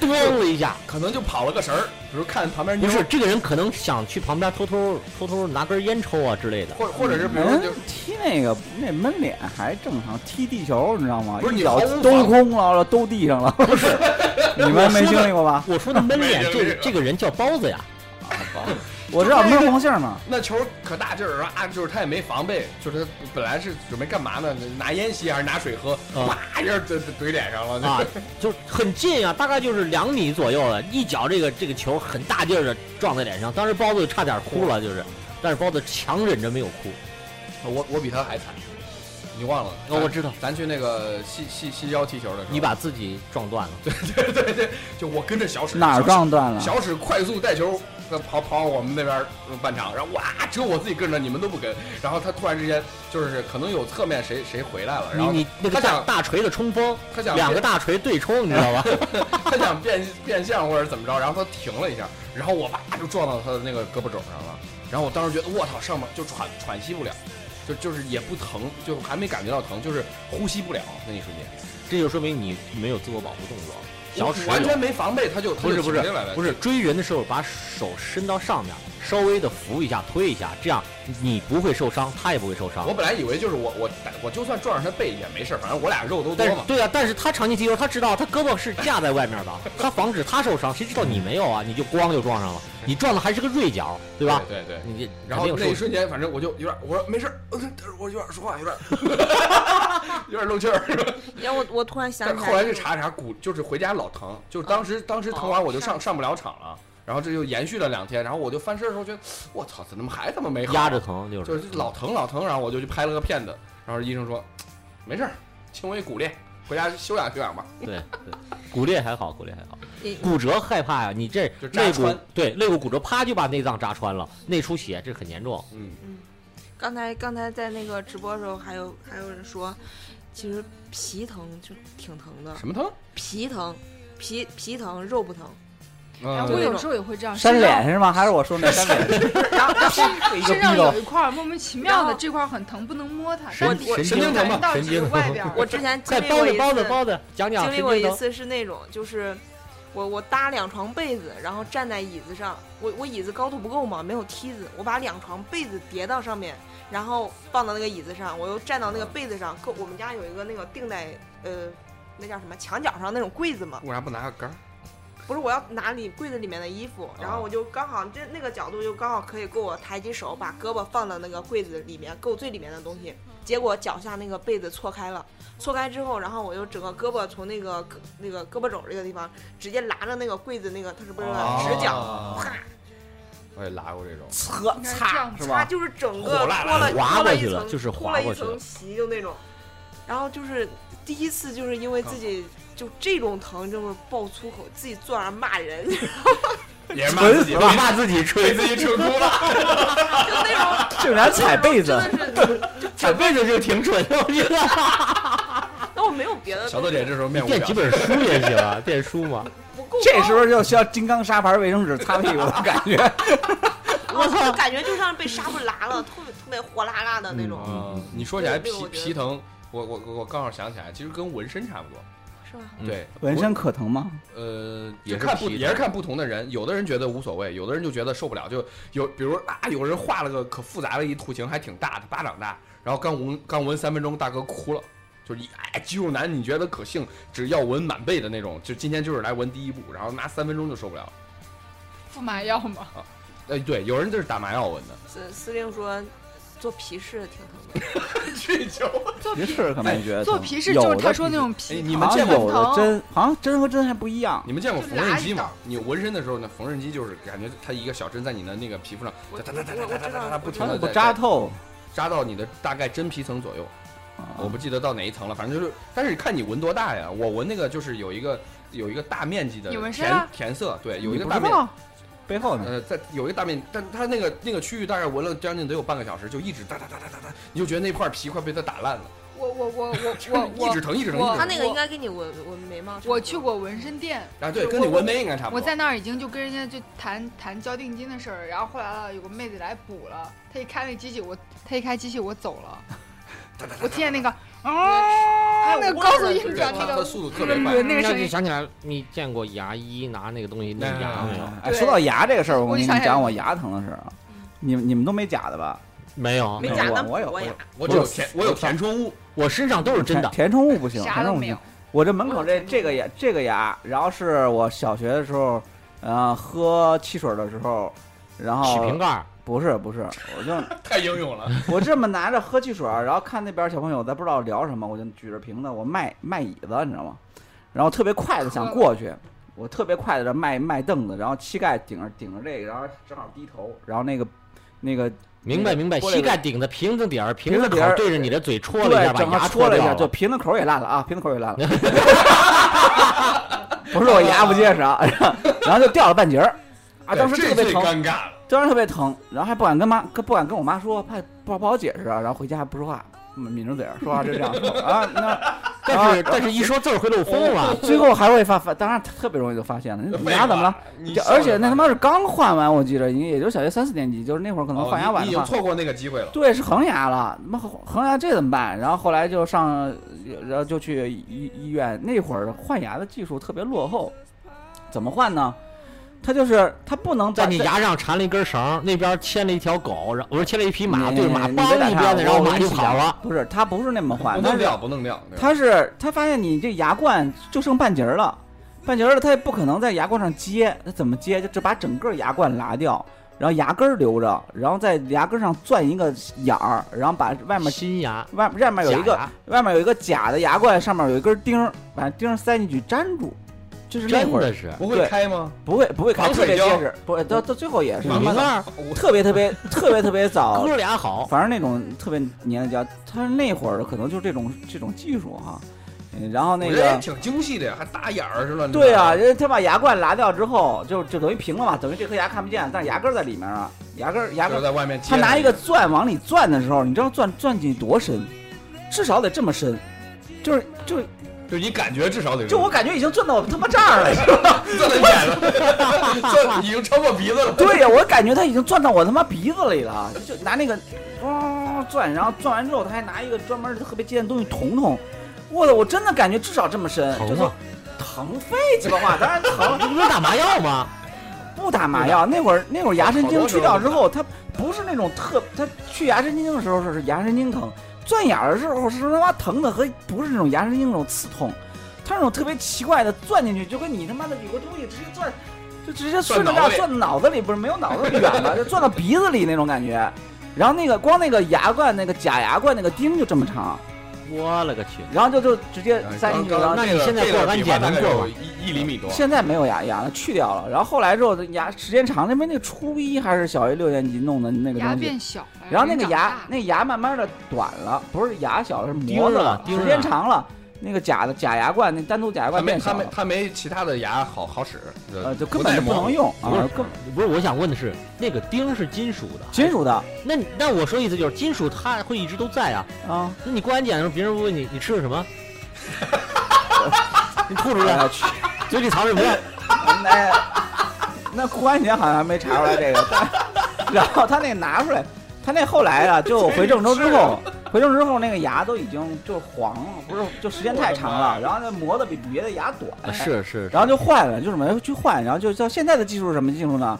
Speaker 4: 咣了一下。
Speaker 1: 可能就跑了个神儿，比如看旁边妞
Speaker 4: 不是，，这个人可能想去旁边偷偷偷偷拿根烟抽啊之类的。
Speaker 1: 或者或者是比如说
Speaker 4: 嗯
Speaker 5: 人
Speaker 1: 就
Speaker 5: 踢那个那闷脸还正常，踢地球你知道吗？
Speaker 1: 不是
Speaker 5: 一
Speaker 1: 你
Speaker 5: 脚
Speaker 1: 毫无
Speaker 5: 兜
Speaker 1: 防
Speaker 5: 空了，兜地上了。不是，你们没经历过吧？
Speaker 4: 我说的闷脸，
Speaker 1: 没
Speaker 4: 这
Speaker 1: 没
Speaker 4: 个
Speaker 1: 没
Speaker 4: 这个人叫包子呀，
Speaker 5: 我知道不是红杏嘛，
Speaker 1: 那球可大劲儿啊，就是他也没防备，就是他本来是准备干嘛呢？拿烟吸还是拿水喝？
Speaker 4: 啊
Speaker 1: 哇一下怼怼脸上了
Speaker 4: 啊，就是很近啊，大概就是两米左右了，一脚这个这个球很大劲儿的撞在脸上，当时包子差点哭了，就是，但是包子强忍着没有哭。
Speaker 1: 啊我我比他还惨，你忘了？
Speaker 4: 哦，我知道，
Speaker 1: 咱去那个西西西郊踢球的时候，
Speaker 4: 你把自己撞断了。
Speaker 1: 对对对，就我跟着小史
Speaker 5: 哪儿
Speaker 1: 小史
Speaker 5: 撞断了？
Speaker 1: 小史快速带球，呃跑跑我们那边呃半场，然后哇，只有我自己跟着，你们都不跟。然后他突然之间就是可能有侧面谁谁回来了，然后
Speaker 4: 你你那
Speaker 1: 他
Speaker 4: 个大
Speaker 1: 想
Speaker 4: 大锤的冲锋，
Speaker 1: 他想
Speaker 4: 两个大锤对冲，你知道 吧？
Speaker 1: 他想变变向或者怎么着，然后他停了一下，然后我叭就撞到他的那个胳膊肘上了，然后我当时觉得我操，上面就喘喘息不了，就就是也不疼，就还没感觉到疼，就是呼吸不了那一瞬间，
Speaker 4: 这就说明你没有自我保护动作。小尺
Speaker 1: 我完全没防备，他就
Speaker 4: 不是不是不
Speaker 1: 是
Speaker 4: 是追人的时候，把手伸到上面，稍微的扶一下、推一下，这样你不会受伤，他也不会受伤
Speaker 1: 我。本来以为就是我我我就算撞上他背也没事儿，反正我俩肉都多
Speaker 4: 但是
Speaker 1: 嘛。
Speaker 4: 对啊，但是他长期踢球，他知道他胳膊是架在外面的，他防止他受伤。谁知道你没有啊？你就咣就撞上了，你撞的还是个锐角，对吧？
Speaker 1: 对对。
Speaker 4: 你这
Speaker 1: 然后
Speaker 4: 肯定
Speaker 1: 那
Speaker 4: 有
Speaker 1: 一
Speaker 4: 受
Speaker 1: 瞬间，反正我就有点，我说没事儿，呃但是我有点说话有点 有点漏气儿。
Speaker 2: 然后我我突然想
Speaker 1: 但
Speaker 2: 起
Speaker 1: 是
Speaker 2: 来，
Speaker 1: 后来就查了查骨，就是回家老疼，就是当时当时疼完我就上上不了场了，然后这就延续了两天，然后我就翻身的时候觉得，我操，怎么还他妈没好啊
Speaker 4: 压着，疼，就是
Speaker 1: 就是老疼老疼，然后我就去拍了个片子，然后医生说没事儿，轻微骨裂，回家休养休养吧。
Speaker 4: 对对，骨裂还好，骨裂还好。
Speaker 2: 你
Speaker 4: 骨折害怕呀、你这
Speaker 1: 就扎
Speaker 4: 肋骨
Speaker 1: 穿
Speaker 4: 对肋骨骨折，啪就把内脏扎穿了，内出血，这很严重。
Speaker 1: 嗯，
Speaker 2: 刚才刚才在那个直播的时候，还有还有人说，其实皮疼就挺疼的，
Speaker 1: 什么疼？
Speaker 2: 皮疼，皮皮疼，肉不疼。
Speaker 3: 然后
Speaker 1: 嗯，
Speaker 3: 我
Speaker 1: 对
Speaker 3: 有时候也会这样，
Speaker 5: 扇
Speaker 3: 身上
Speaker 5: 脸是吗？还是我说那扇脸？
Speaker 2: 哎
Speaker 5: 一个
Speaker 3: 身上
Speaker 5: 逼斗
Speaker 3: 有一块莫名其妙
Speaker 2: 然
Speaker 3: 的
Speaker 2: 后
Speaker 3: 这块很疼，不能摸它，
Speaker 4: 神
Speaker 3: 但
Speaker 1: 我
Speaker 4: 神经疼
Speaker 3: 感觉
Speaker 4: 吧，
Speaker 3: 到
Speaker 4: 神
Speaker 3: 只是
Speaker 4: 经
Speaker 3: 外
Speaker 4: 疼。
Speaker 3: 边儿。
Speaker 2: 我之前经
Speaker 4: 快
Speaker 2: 历
Speaker 4: 包
Speaker 2: 过
Speaker 4: 子
Speaker 2: 一
Speaker 4: 包子
Speaker 2: 次，
Speaker 4: 包子，讲讲
Speaker 2: 经历
Speaker 4: 神
Speaker 2: 过
Speaker 4: 经
Speaker 2: 一
Speaker 4: 疼。
Speaker 2: 次是那种，就是我我搭两床被子，然后站在椅子上，我我椅子高度不够嘛，没有梯子，我把两床被子叠到上面，然后放到那个椅子上，我又站到那个被子上，够我们家有一个那个钉在呃那叫什么墙角上那种柜子嘛，
Speaker 1: 为啥不拿个杆儿？
Speaker 2: 不是我要拿里柜子里面的衣服，
Speaker 4: 啊
Speaker 2: 然后我就刚好这那个角度就刚好可以够我抬起手把胳膊放到那个柜子里面够最里面的东西，结果脚下那个被子错开了，错开之后，然后我就整个胳膊从那个胳那个胳膊肘这个地方直接拿着那个柜子那个它是不是啊
Speaker 4: 啊
Speaker 2: 直角
Speaker 1: 哦
Speaker 2: 啪
Speaker 1: 我也拉过这种，
Speaker 2: 扯
Speaker 3: 应该是这
Speaker 2: 擦
Speaker 3: 样子
Speaker 5: 是
Speaker 2: 擦，
Speaker 5: 吧？
Speaker 2: 就是整
Speaker 4: 火
Speaker 2: 个
Speaker 4: 辣
Speaker 2: 脱
Speaker 4: 辣
Speaker 2: 了
Speaker 4: 地滑
Speaker 2: 脱
Speaker 4: 过
Speaker 2: 了
Speaker 4: 去
Speaker 2: 一
Speaker 4: 了
Speaker 2: 层
Speaker 4: 就是
Speaker 2: 脱
Speaker 4: 滑
Speaker 2: 了
Speaker 4: 过
Speaker 2: 一
Speaker 4: 去了
Speaker 2: 层皮就那种，然后就是第一次就是因为自己
Speaker 4: 啊
Speaker 2: 就这种疼就是爆粗口，自己坐那儿骂人。
Speaker 1: 也是骂 自己，
Speaker 5: 蠢死
Speaker 1: 骂自己吹，自己吹哭了。
Speaker 2: 就那 种
Speaker 5: 竟然踩被子，
Speaker 2: 真 的是，
Speaker 4: 踩被子就挺蠢的，我 觉得。
Speaker 2: 那我没有别 的，
Speaker 1: 小豆姐这时候面无
Speaker 5: 哎
Speaker 4: 垫
Speaker 1: 表
Speaker 4: 几
Speaker 1: 情，
Speaker 4: 本书也行啊，垫 书嘛。
Speaker 2: 不够高。
Speaker 5: 这时候就需要金刚砂牌卫生纸擦屁股的感觉。
Speaker 2: 我操，感觉就像被纱布拉了，特别特别火辣辣的那种，
Speaker 1: 嗯，你说起来
Speaker 2: 这个
Speaker 1: 皮
Speaker 2: 我觉得
Speaker 1: 皮疼，我我我我刚好想起来，其实跟纹身差不多。
Speaker 2: 是吧？
Speaker 4: 嗯
Speaker 1: 对，
Speaker 5: 纹身可疼吗？
Speaker 1: 呃，
Speaker 4: 也
Speaker 1: 也
Speaker 4: 是
Speaker 1: 看不
Speaker 4: 皮的
Speaker 1: 也是看不同的人，有的人觉得无所谓，有的人就觉得受不了，就有比如啊，有人画了个可复杂的一图形，还挺大的，巴掌大，然后刚纹刚纹三分钟，大哥哭了，就是一哎肌肉男，你觉得可性只要纹满背的那种，就今天就是来纹第一步，然后拿三分钟就受不了了。
Speaker 3: 敷麻药嘛，
Speaker 1: 哎，对，有人就是打麻药纹的，
Speaker 2: 司司令说。做皮试挺疼的，
Speaker 1: 这就
Speaker 3: 做
Speaker 5: 皮
Speaker 3: 皮
Speaker 5: 试可没觉得疼。
Speaker 3: 做皮试
Speaker 5: 呃有
Speaker 3: 就是
Speaker 5: 的
Speaker 3: 他说
Speaker 5: 皮试
Speaker 3: 那
Speaker 1: 哎
Speaker 3: 种皮，啊
Speaker 1: 你们
Speaker 5: 好像
Speaker 1: 见过
Speaker 5: 有
Speaker 3: 很
Speaker 5: 的
Speaker 3: 疼。
Speaker 5: 针，好像针和针还不一样。
Speaker 1: 你们见过
Speaker 3: 就
Speaker 1: 缝
Speaker 3: 拉
Speaker 1: 纫
Speaker 3: 一
Speaker 1: 机吗
Speaker 3: 道？
Speaker 1: 你纹身的时候呢，缝纫机就是感觉它一个小针在你的那个皮肤上
Speaker 2: 我
Speaker 1: 哒哒
Speaker 2: 我
Speaker 1: 哒哒哒
Speaker 2: 我我
Speaker 1: 哒
Speaker 2: 知
Speaker 1: 哒
Speaker 2: 道
Speaker 1: 哒，不
Speaker 2: 我知
Speaker 1: 停
Speaker 5: 它
Speaker 2: 道
Speaker 1: 的
Speaker 5: 都不扎透。
Speaker 1: 扎到你的大概真皮层左右。我
Speaker 5: 啊
Speaker 1: 不记得到哪一层了，反正就是，但是看你纹多大呀。我纹那个就是有一个有一个大面积的
Speaker 3: 你纹身
Speaker 1: 填
Speaker 3: 啊
Speaker 1: 填色，对，有
Speaker 5: 你
Speaker 1: 一个
Speaker 5: 不
Speaker 1: 大
Speaker 5: 知
Speaker 1: 面，
Speaker 5: 道背后呢？
Speaker 1: 呃，在有一个大面，但它那个那个区域大概纹了将近得有半个小时，就一直哒哒哒哒哒哒，你就觉得那块皮快被它打烂了，
Speaker 3: 我我我 我
Speaker 1: 就是
Speaker 3: 我
Speaker 1: 一直
Speaker 3: 我，
Speaker 1: 疼一直疼一直
Speaker 3: 我
Speaker 1: 疼。
Speaker 2: 他那个应该给你纹纹眉毛。
Speaker 3: 我去，过纹身店，
Speaker 1: 啊，对，
Speaker 3: 我
Speaker 1: 跟你
Speaker 3: 我
Speaker 1: 纹眉应该差不
Speaker 3: 我
Speaker 1: 多。
Speaker 3: 在那儿已经就跟人家就谈谈交定金的事儿，然后后来了有个妹子来补了，她一开那机器我，她一开机器我走了，我听见那个
Speaker 2: 还
Speaker 3: 啊，
Speaker 2: 有
Speaker 3: 那个
Speaker 2: 嗡
Speaker 3: 高速
Speaker 2: 的
Speaker 3: 运
Speaker 1: 对
Speaker 3: 转那
Speaker 1: 它它
Speaker 3: 个嗯
Speaker 1: 速度特
Speaker 3: 那
Speaker 1: 别
Speaker 3: 个
Speaker 1: 快，
Speaker 3: 那个声
Speaker 4: 就
Speaker 3: 音，
Speaker 4: 想起来，你见过牙医拿那个东西弄牙没有？
Speaker 5: 哎，
Speaker 3: 对
Speaker 5: 说到牙这个事儿，我
Speaker 3: 我
Speaker 5: 跟
Speaker 3: 就
Speaker 5: 你
Speaker 3: 想
Speaker 5: 们
Speaker 3: 起来
Speaker 5: 讲
Speaker 3: 了嗯
Speaker 5: 我牙疼的事儿啊。你们你们都没假的吧？
Speaker 4: 没有，
Speaker 2: 没假的，
Speaker 5: 我我有我有
Speaker 2: 呀，
Speaker 1: 我只有
Speaker 5: 我
Speaker 1: 填我有填充物，
Speaker 4: 我身上都是真的
Speaker 5: 填。填充物不行，
Speaker 3: 啥
Speaker 5: 填充
Speaker 3: 都
Speaker 5: 物不
Speaker 3: 没有
Speaker 5: 行。。我这门口
Speaker 2: 我
Speaker 5: 这
Speaker 2: 有填充物
Speaker 5: 这个牙这个牙，然后是我小学的时候，呃，喝汽水的时候，然
Speaker 4: 起
Speaker 5: 后
Speaker 4: 瓶盖儿，
Speaker 5: 不是不是，我就
Speaker 1: 太英勇了。
Speaker 5: 我这么拿着喝汽水儿，然后看那边小朋友在不知道聊什么，我就举着瓶子，我迈迈椅子，你知道吗？然后特别快的想过去，我特别快的迈迈凳子，然后膝盖顶着顶着这个，然后正好低头，然后那个那个
Speaker 4: 明白明白，
Speaker 5: 嗯玻璃
Speaker 4: 膝盖顶在瓶子底儿，瓶
Speaker 5: 瓶
Speaker 4: 子
Speaker 5: 子
Speaker 4: 口
Speaker 5: 底儿
Speaker 4: 对着你的嘴戳了一下，
Speaker 5: 对，
Speaker 4: 把
Speaker 5: 正好
Speaker 4: 牙
Speaker 5: 戳了一
Speaker 4: 掉
Speaker 5: 下，就
Speaker 4: 了。
Speaker 5: 瓶子口也烂了啊，瓶子口也烂 了。不是我牙不结实啊，然后就掉了半截儿， 啊，当时特别疼，
Speaker 1: 尴尬了。
Speaker 5: 当时特别疼，然后还不敢跟妈，跟不敢跟我妈说，怕不好不好解释啊，然后回家还不说话，嗯抿着嘴儿说话就这样啊， 那
Speaker 4: 但是
Speaker 5: 啊
Speaker 4: 但是一说字儿会漏风啊了，
Speaker 5: 最后还会发发，当然特别容易就发现了，你牙怎么了？
Speaker 1: 你
Speaker 5: 就
Speaker 1: 笑着吧？
Speaker 5: 而且那他妈是刚换完，我记得也也就小学三四年级，就是那会儿可能
Speaker 1: 哦
Speaker 5: 换牙晚
Speaker 1: 你
Speaker 5: 的
Speaker 1: 已
Speaker 5: 话
Speaker 1: 经错过那个机会了。
Speaker 5: 对，是恒牙了，他妈恒恒牙这怎么办？然后后来就上，然后就去医医院。那会儿换牙的技术特别落后，怎么换呢？他就是他不能把
Speaker 4: 在你
Speaker 5: 这
Speaker 4: 牙上缠了一根绳儿，那边牵了一条狗，然后我说牵了一匹马，
Speaker 5: 你
Speaker 4: 对着马
Speaker 5: 你
Speaker 4: 梆
Speaker 5: 别打
Speaker 4: 一
Speaker 5: 岔
Speaker 4: 鞭子，
Speaker 5: 我
Speaker 4: 然后
Speaker 5: 我
Speaker 4: 马
Speaker 5: 跟你
Speaker 4: 就跑
Speaker 5: 讲
Speaker 4: 了。
Speaker 5: 不是，他不是那么
Speaker 1: 不
Speaker 5: 换，他
Speaker 1: 能
Speaker 5: 是
Speaker 1: 掉，不能掉。对吧
Speaker 5: 他是他发现你这牙冠就剩半截儿了，半截儿了，他也不可能在牙冠上接，他怎么接？就只把整个牙冠拿掉。然后牙根儿留着，然后在牙根上钻一个眼儿，然后把外面
Speaker 4: 新牙，
Speaker 5: 外外面有一
Speaker 4: 假
Speaker 5: 个
Speaker 4: 牙
Speaker 5: 外面有一个假的牙冠，上面有一根钉儿，把钉儿塞进去粘住，就是那
Speaker 4: 真
Speaker 5: 会儿
Speaker 4: 的是
Speaker 1: 不会
Speaker 5: 对
Speaker 1: 开吗？
Speaker 5: 不会不会开，
Speaker 1: 防水
Speaker 5: 特别结
Speaker 1: 胶
Speaker 5: 实，不会到到最后也是
Speaker 4: 马明
Speaker 5: 慢慢
Speaker 4: 二
Speaker 5: 特别特 别特别特别早
Speaker 4: 哥，俩好，
Speaker 5: 反正那种特别粘的胶，它是那会儿可能就是这种这种技术哈、嗯然后那
Speaker 1: 我觉得也
Speaker 5: 个。
Speaker 1: 挺精细的呀，还打眼儿是吧？
Speaker 5: 对啊，人家他把牙冠拿掉之后，就就等于平了嘛，等于这颗牙看不见，但是牙根儿在里面啊，牙根儿牙
Speaker 1: 就
Speaker 5: 根
Speaker 1: 是在
Speaker 5: 儿，
Speaker 1: 外面接
Speaker 5: 他
Speaker 1: 着。
Speaker 5: 拿一个钻往里钻的时候，你知道钻钻进去多深，至少得这么深，就是就是
Speaker 1: 就你感觉至少得
Speaker 5: 就我感觉已经钻到我他妈这儿了，你知道吗
Speaker 1: 钻了眼 了，钻已经超过鼻子了。
Speaker 5: 对呀，我感觉他已经钻到我他妈鼻子里了，就拿那个咣、钻，然后钻完之后他还拿一个专门特别尖的东西捅捅，我操，我真的感觉至少这么深，就
Speaker 4: 疼
Speaker 5: 说
Speaker 4: 吗？
Speaker 5: 疼肺鸡巴话，当然疼，
Speaker 4: 这不是打麻药吗？
Speaker 5: 不打麻药，那会儿那会儿牙神经去掉之后，他不是那种特，他去牙神经的时候是牙神经疼，钻眼儿的时候是他妈疼的和不是那种牙神经那种刺痛，它是那种特别奇怪的钻进去，就跟你他妈的有个东西直接钻，就直接顺着这样
Speaker 1: 钻
Speaker 5: 钻脑子里，不是没有脑子远了，就钻到鼻子里那种感觉。然后那个光那个牙冠那个假牙冠那个钉就这么长，
Speaker 4: 我勒个去！
Speaker 5: 然后就就直接
Speaker 1: 哎
Speaker 5: 塞进去，然后
Speaker 4: 那你现在过完检能过吗
Speaker 1: 吗？一一厘米多，
Speaker 5: 现在没有牙牙了，去掉了。然后后来之后，这牙时间长，那边那初一还是小学六年级弄的那个
Speaker 3: 牙
Speaker 5: 东西，
Speaker 3: 变小了，
Speaker 5: 然后那
Speaker 3: 人
Speaker 5: 个
Speaker 3: 长
Speaker 5: 牙
Speaker 3: 大了
Speaker 5: 那牙慢慢的短了，不是牙小了，是
Speaker 4: 钉
Speaker 5: 磨
Speaker 4: 儿
Speaker 5: 子
Speaker 4: 了
Speaker 5: 了。
Speaker 4: 钉儿
Speaker 5: 时间
Speaker 4: 了
Speaker 5: 长了，那个假的假牙冠，那单独假牙
Speaker 1: 他
Speaker 5: 冠
Speaker 1: 没
Speaker 5: 变
Speaker 1: 他
Speaker 5: 小
Speaker 1: 没
Speaker 5: 了，
Speaker 1: 他没其他的牙好好使，
Speaker 5: 呃，就
Speaker 1: 不
Speaker 5: 根本
Speaker 1: 带
Speaker 5: 就不
Speaker 1: 磨
Speaker 5: 能用啊
Speaker 4: 不是，
Speaker 5: 根本
Speaker 4: 不是，我想问的是，那个钉是金属的，
Speaker 5: 金属的
Speaker 4: 那你那我说意思就是金属它会一直都在啊。
Speaker 5: 啊。
Speaker 4: 那你过安检的时候，别人问你你吃的什么，你吐出
Speaker 5: 哎
Speaker 4: 来，
Speaker 5: 呀去，
Speaker 4: 嘴里藏着什 么？
Speaker 5: 那那过安检好像还没查出来这个，但然后他那拿出来，他那后来啊，就回郑州之后，回郑州之后那个牙都已经就黄了，不是就时间太长了，然后那磨的比别的牙短，，
Speaker 4: 啊是是，
Speaker 5: 然后就换了，就什么去换，然后就到现在的技术是什么技术呢？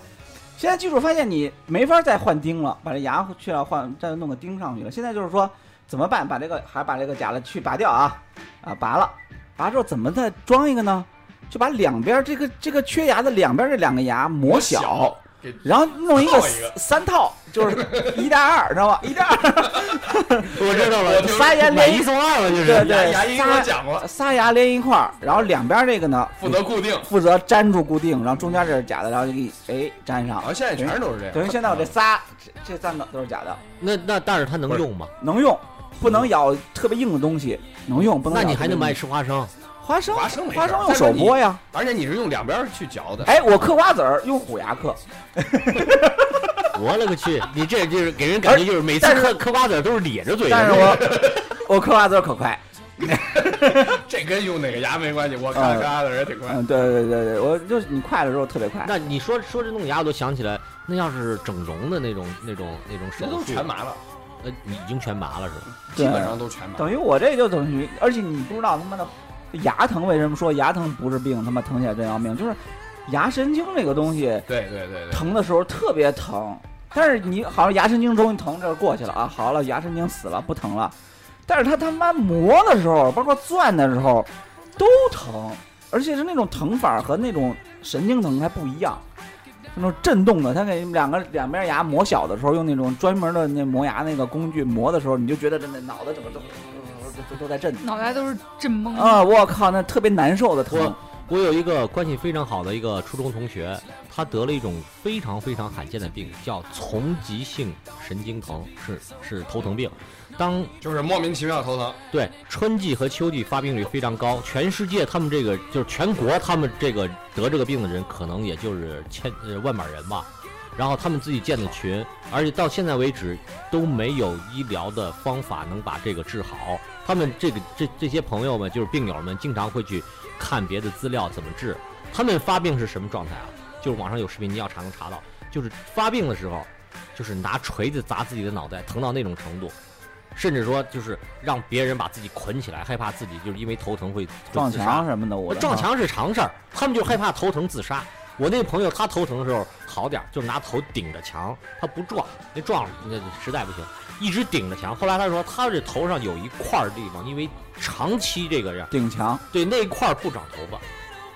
Speaker 5: 现在技术发现你没法再换钉了，把这牙去了换，再弄个钉上去了。现在就是说怎么办？把这个还把这个假的去拔掉啊啊，拔了，拔之后怎么再装一个呢？就把两边这个这个缺牙的两边这两个牙磨小，
Speaker 1: 给
Speaker 5: 然后弄一个
Speaker 1: 套一个
Speaker 5: 三套，就是一带二，知道吧？一带二，
Speaker 4: 我知道
Speaker 1: 我
Speaker 4: 了，
Speaker 1: 听
Speaker 5: 仨牙
Speaker 4: 买
Speaker 5: 连
Speaker 4: 一
Speaker 5: 一
Speaker 4: 送二了，就
Speaker 5: 对
Speaker 4: 是。
Speaker 1: 牙
Speaker 5: 对
Speaker 1: 牙医跟我讲过，
Speaker 5: 仨仨牙连一块儿，然后两边这个呢
Speaker 1: 负责固定，
Speaker 5: 负责粘住固定，然后中间这是假的，然后就给哎粘上
Speaker 1: 好。像现在全是都是这样。
Speaker 5: 等于现在我这仨，这这三个都是假的，
Speaker 4: 那那但是它能用吗？
Speaker 5: 能用，不能咬特别硬的东西，能用，不能
Speaker 4: 那
Speaker 5: 咬特
Speaker 4: 你
Speaker 5: 别硬。
Speaker 4: 还那么爱吃花生？
Speaker 5: 花生？
Speaker 1: 花生没事啊
Speaker 5: 花生用手剥呀。
Speaker 1: 而且你是用两边儿去嚼的，
Speaker 5: 哎，我嗑瓜子儿用虎牙嗑，
Speaker 4: 我勒个去！你这就是给人感觉就是每次
Speaker 5: 但是
Speaker 4: 嗑嗑瓜子儿都是咧着嘴的。
Speaker 5: 但是我我嗑瓜子儿可快。
Speaker 1: 这跟用哪个牙没关系，我咔咔的人挺快。
Speaker 5: 嗯，对对对对，我就是你快的时候特别快。
Speaker 4: 那你说说这弄牙，我都想起来，那要是整容的那种那种那种
Speaker 1: 这
Speaker 4: 手
Speaker 1: 都
Speaker 4: 术，
Speaker 1: 全麻了，
Speaker 4: 呃，已经全麻了是吧？
Speaker 1: 基本上都全麻。
Speaker 5: 等于我这就等于，而且你不知道他妈的牙疼为什么说牙疼不是病，他妈疼起来真要命，就是牙神经这个东西
Speaker 1: 对对对对，
Speaker 5: 疼的时候特别疼，但是你好像牙神经终于疼这儿过去了啊，好了，牙神经死了不疼了，但是它他妈磨的时候，包括钻的时候都疼，而且是那种疼法和那种神经疼还不一样。那种震动的，它给两个两边牙磨小的时候，用那种专门的那磨牙那个工具磨的时候，你就觉得真的脑袋整个都都都都在震
Speaker 3: 脑袋都是震懵了。
Speaker 5: 啊！我靠，那特别难受的疼
Speaker 4: 我。我有一个关系非常好的一个初中同学，他得了一种非常非常罕见的病，叫丛集性神经疼，是是头疼病。当
Speaker 1: 就是莫名其妙头疼。
Speaker 4: 对春季和秋季发病率非常高，全世界他们这个就是全国他们这个得这个病的人可能也就是千呃万把人吧，然后他们自己建的群，而且到现在为止都没有医疗的方法能把这个治好。他们这个这这些朋友们就是病友们，经常会去看别的资料怎么治。他们发病是什么状态啊？就是网上有视频，你要查能查到，就是发病的时候，就是拿锤子砸自己的脑袋，疼到那种程度。甚至说，就是让别人把自己捆起来，害怕自己就是因为头疼会会
Speaker 5: 撞
Speaker 4: 自杀
Speaker 5: 墙什么的，我的
Speaker 4: 撞
Speaker 5: 妈
Speaker 4: 墙是常事儿，他们就害怕头疼自杀。我那朋友他头疼的时候好点儿，就是拿头顶着墙，他不撞，那撞了那实在不行，一直顶着墙。后来他说他这头上有一块儿地方，因为长期这个呀，
Speaker 5: 顶墙，
Speaker 4: 对那一块儿不长头发，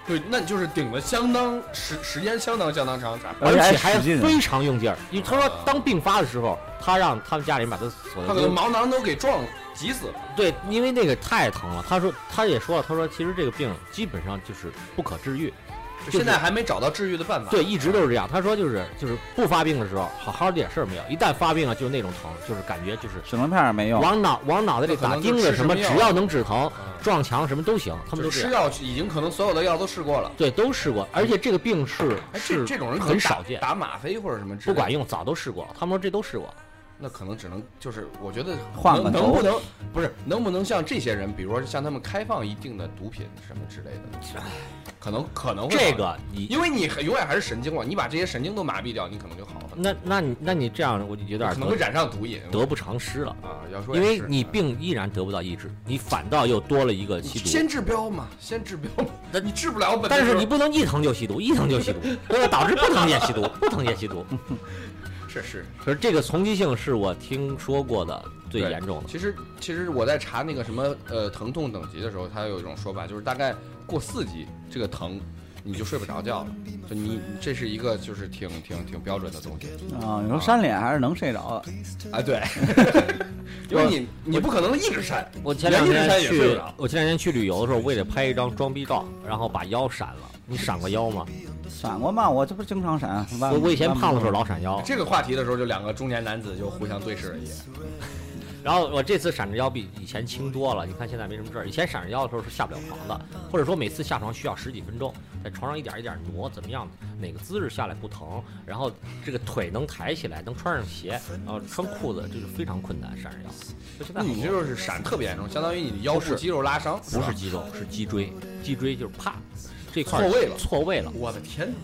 Speaker 1: 对，那就是顶了相当时时间相当相当长，
Speaker 4: 嗯
Speaker 1: 咱
Speaker 5: 而且
Speaker 4: 且
Speaker 5: 还
Speaker 4: 还
Speaker 5: 使劲啊
Speaker 4: 非常用劲儿。因为他说当病发的时候，他让他们家里人把他锁
Speaker 1: 他
Speaker 4: 在
Speaker 1: 可能
Speaker 4: 屋
Speaker 1: 毛囊都给撞挤死了。
Speaker 4: 对，因为那个太疼了。他说他也说了，他说其实这个病基本上就是不可治愈。
Speaker 1: 就
Speaker 4: 就是
Speaker 1: 现在还没找到治愈的办法。
Speaker 4: 对，一直都是这样。他说就是就是不发病的时候，好好的点事儿没有；一旦发病了，就是那种疼，就是感觉就是
Speaker 5: 省成片儿没用。
Speaker 4: 往脑往脑袋里打钉子什么，
Speaker 1: 那可能就是吃什么药
Speaker 4: 只要能止疼，
Speaker 1: 嗯，
Speaker 4: 撞墙什么都行。他们
Speaker 1: 就
Speaker 4: 都
Speaker 1: 是
Speaker 4: 这
Speaker 1: 吃
Speaker 4: 样，
Speaker 1: 药已经可能所有的药都试过了。
Speaker 4: 对，都试过。而且这个病是
Speaker 1: 哎，
Speaker 4: 是
Speaker 1: 这这种人可能
Speaker 4: 很
Speaker 1: 打
Speaker 4: 少见，
Speaker 1: 打吗啡或者什么之
Speaker 4: 不
Speaker 1: 类的
Speaker 4: 管用，早都试过了。他们说这都试过了。
Speaker 1: 那可能只能就是，我觉得
Speaker 5: 换
Speaker 1: 能
Speaker 5: 个
Speaker 1: 能
Speaker 5: 头
Speaker 1: 不能不是能不能像这些人，比如说像他们开放一定的毒品什么之类的，可能可能会
Speaker 4: 这
Speaker 1: 好，
Speaker 4: 个你
Speaker 1: 因为你很永远还是神经嘛，你把这些神经都麻痹掉，你可能就好了，
Speaker 4: 那那你那你这样，我就有点
Speaker 1: 可能会
Speaker 4: 得
Speaker 1: 染上毒瘾。
Speaker 4: 得不偿失了，
Speaker 1: 啊，要说
Speaker 4: 因
Speaker 1: 也
Speaker 4: 为
Speaker 1: 是
Speaker 4: 你
Speaker 1: 嗯
Speaker 4: 病依然得不到抑制，你反倒又多了一个吸毒。
Speaker 1: 先治标嘛，先治标嘛，
Speaker 4: 那
Speaker 1: 你治不了本的时
Speaker 4: 但
Speaker 1: 候，
Speaker 4: 是你不能一疼就吸毒，一疼就吸毒，对吧？导致不疼也吸毒，不疼也吸毒。
Speaker 1: 是是。
Speaker 4: 可是这个丛集性是我听说过的最
Speaker 1: 对
Speaker 4: 严重的。
Speaker 1: 其实其实我在查那个什么呃疼痛等级的时候，它有一种说法，就是大概过四级这个疼。你就睡不着觉了，就你这是一个就是挺挺挺标准的东西。
Speaker 5: 啊，你说扇脸还是能睡着的，
Speaker 1: 啊， 对，因为你你不可能一直扇，
Speaker 4: 我前两天
Speaker 1: 连一直扇也睡不
Speaker 4: 去
Speaker 1: 着，
Speaker 4: 我前两天去旅游的时候，为了拍一张装逼照，然后把腰闪了。你闪过腰吗？
Speaker 5: 闪过嘛，我这不经常闪。
Speaker 4: 我
Speaker 5: 我
Speaker 4: 我以前胖的时候老闪腰，
Speaker 1: 这个话题的时候，就两个中年男子就互相对视了一眼。
Speaker 4: 然后我这次闪着腰比以前轻多了。你看现在没什么事儿，以前闪着腰的时候是下不了床的，或者说每次下床需要十几分钟，在床上一点一点挪，怎么样哪个姿势下来不疼，然后这个腿能抬起来，能穿上鞋，然后穿裤子，这就非常困难。闪着腰，就现
Speaker 1: 那
Speaker 4: 在好
Speaker 1: 你
Speaker 4: 多
Speaker 1: 这
Speaker 4: 了
Speaker 1: 就是闪特别严重，相当于你的腰部肌肉拉伤，
Speaker 4: 不是
Speaker 1: 吧
Speaker 4: 肌肉，是脊椎，脊椎就是啪，这块儿
Speaker 1: 错位了
Speaker 4: 错位了。
Speaker 1: 我的天哪！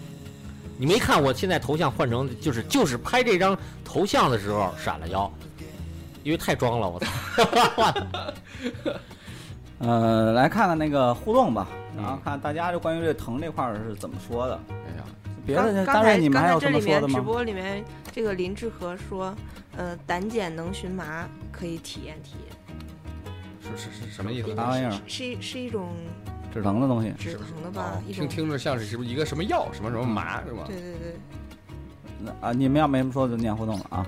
Speaker 4: 你没看我现在头像换成就是就是拍这张头像的时候闪了腰，因为太装 了，我操！
Speaker 5: 呃，来看看那个互动吧，
Speaker 1: 嗯
Speaker 5: 然后看大家就关于这疼这块儿是怎么说的。
Speaker 1: 哎呀，
Speaker 5: 别
Speaker 2: 刚
Speaker 5: 的
Speaker 2: 刚
Speaker 5: 单
Speaker 2: 才
Speaker 5: 位你们
Speaker 2: 刚
Speaker 5: 还
Speaker 2: 才
Speaker 5: 有
Speaker 2: 这
Speaker 5: 什么
Speaker 2: 里
Speaker 5: 说的
Speaker 2: 面直
Speaker 5: 吗？
Speaker 2: 播里面这个林志和说，呃，胆碱能荨麻，可以体验体验，
Speaker 1: 是是是什么意
Speaker 4: 啊
Speaker 1: 思？
Speaker 5: 啥玩意儿？
Speaker 2: 是一是一种
Speaker 5: 止疼的东西。
Speaker 2: 止
Speaker 1: 是不是
Speaker 2: 疼的吧
Speaker 1: 哦，
Speaker 2: 一
Speaker 1: 听
Speaker 2: 种。
Speaker 1: 听着像是是不是一个什么药，什么什么麻是吧？
Speaker 2: 对对对，
Speaker 5: 那啊，你们要没什么说的就念互动了啊。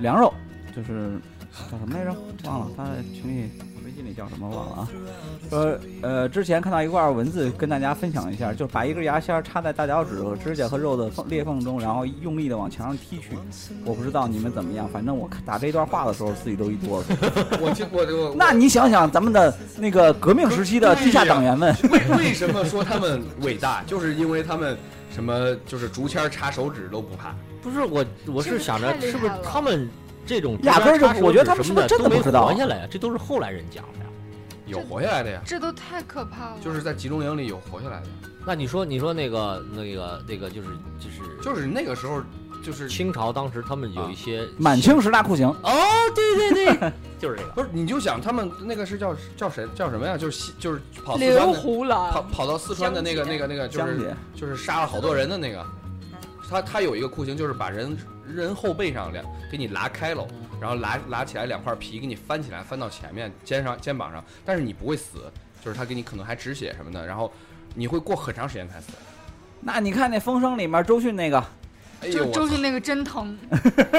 Speaker 5: 凉肉就是叫什么来着？忘了，他在群里微信里叫什么忘了啊。说呃，之前看到一段文字，跟大家分享一下，就是把一根牙签插在大脚趾头、指甲和肉的缝裂缝中，然后用力的往墙上踢去。我不知道你们怎么样，反正我看打这段话的时候，自己都一哆嗦。
Speaker 1: 我听我我我
Speaker 5: 那你想想，咱们的那个革命时期的地下党员们，
Speaker 1: 为为什么说他们伟大，就是因为他们什么就是竹签插手指都不怕。
Speaker 4: 不是我，我是想着
Speaker 3: 这
Speaker 4: 是
Speaker 3: 个太厉害
Speaker 4: 不是
Speaker 3: 了
Speaker 4: 他们这种
Speaker 5: 压根儿就
Speaker 4: 插手指
Speaker 5: 我觉得他们
Speaker 4: 什
Speaker 5: 是
Speaker 4: 么
Speaker 5: 不
Speaker 4: 的
Speaker 5: 是真
Speaker 4: 都
Speaker 5: 的
Speaker 4: 没
Speaker 5: 不知道
Speaker 4: 活下来呀？这都是后来人讲的呀。
Speaker 1: 有活下来的呀，
Speaker 3: 这都太可怕了。
Speaker 1: 就是在集中营里有活下来的，
Speaker 4: 那你说，你说那个那个那个就是就是
Speaker 1: 就是那个时候就是
Speaker 4: 清朝当时他们有一些
Speaker 5: 啊满清十大酷刑。
Speaker 4: 哦，对对 对，就是这个。
Speaker 1: 不是你就想他们那个是叫叫谁叫什么呀？就是西就是跑四川
Speaker 3: 刘
Speaker 1: 的，
Speaker 3: 胡
Speaker 1: 跑
Speaker 3: 兰，
Speaker 1: 跑到四川的那个那个那个就
Speaker 5: 江
Speaker 1: 是
Speaker 5: 姐，
Speaker 1: 就是杀了好多人的那个，他他有一个酷刑就是把人人后背上两给你拉开喽，然后拉拉起来两块皮给你翻起来翻到前面肩上肩膀上，但是你不会死，就是他给你可能还止血什么的，然后你会过很长时间才死。
Speaker 5: 那你看那《风声》里面周迅那个，
Speaker 1: 哎呦
Speaker 3: 就周
Speaker 1: 我
Speaker 3: 迅那个真疼，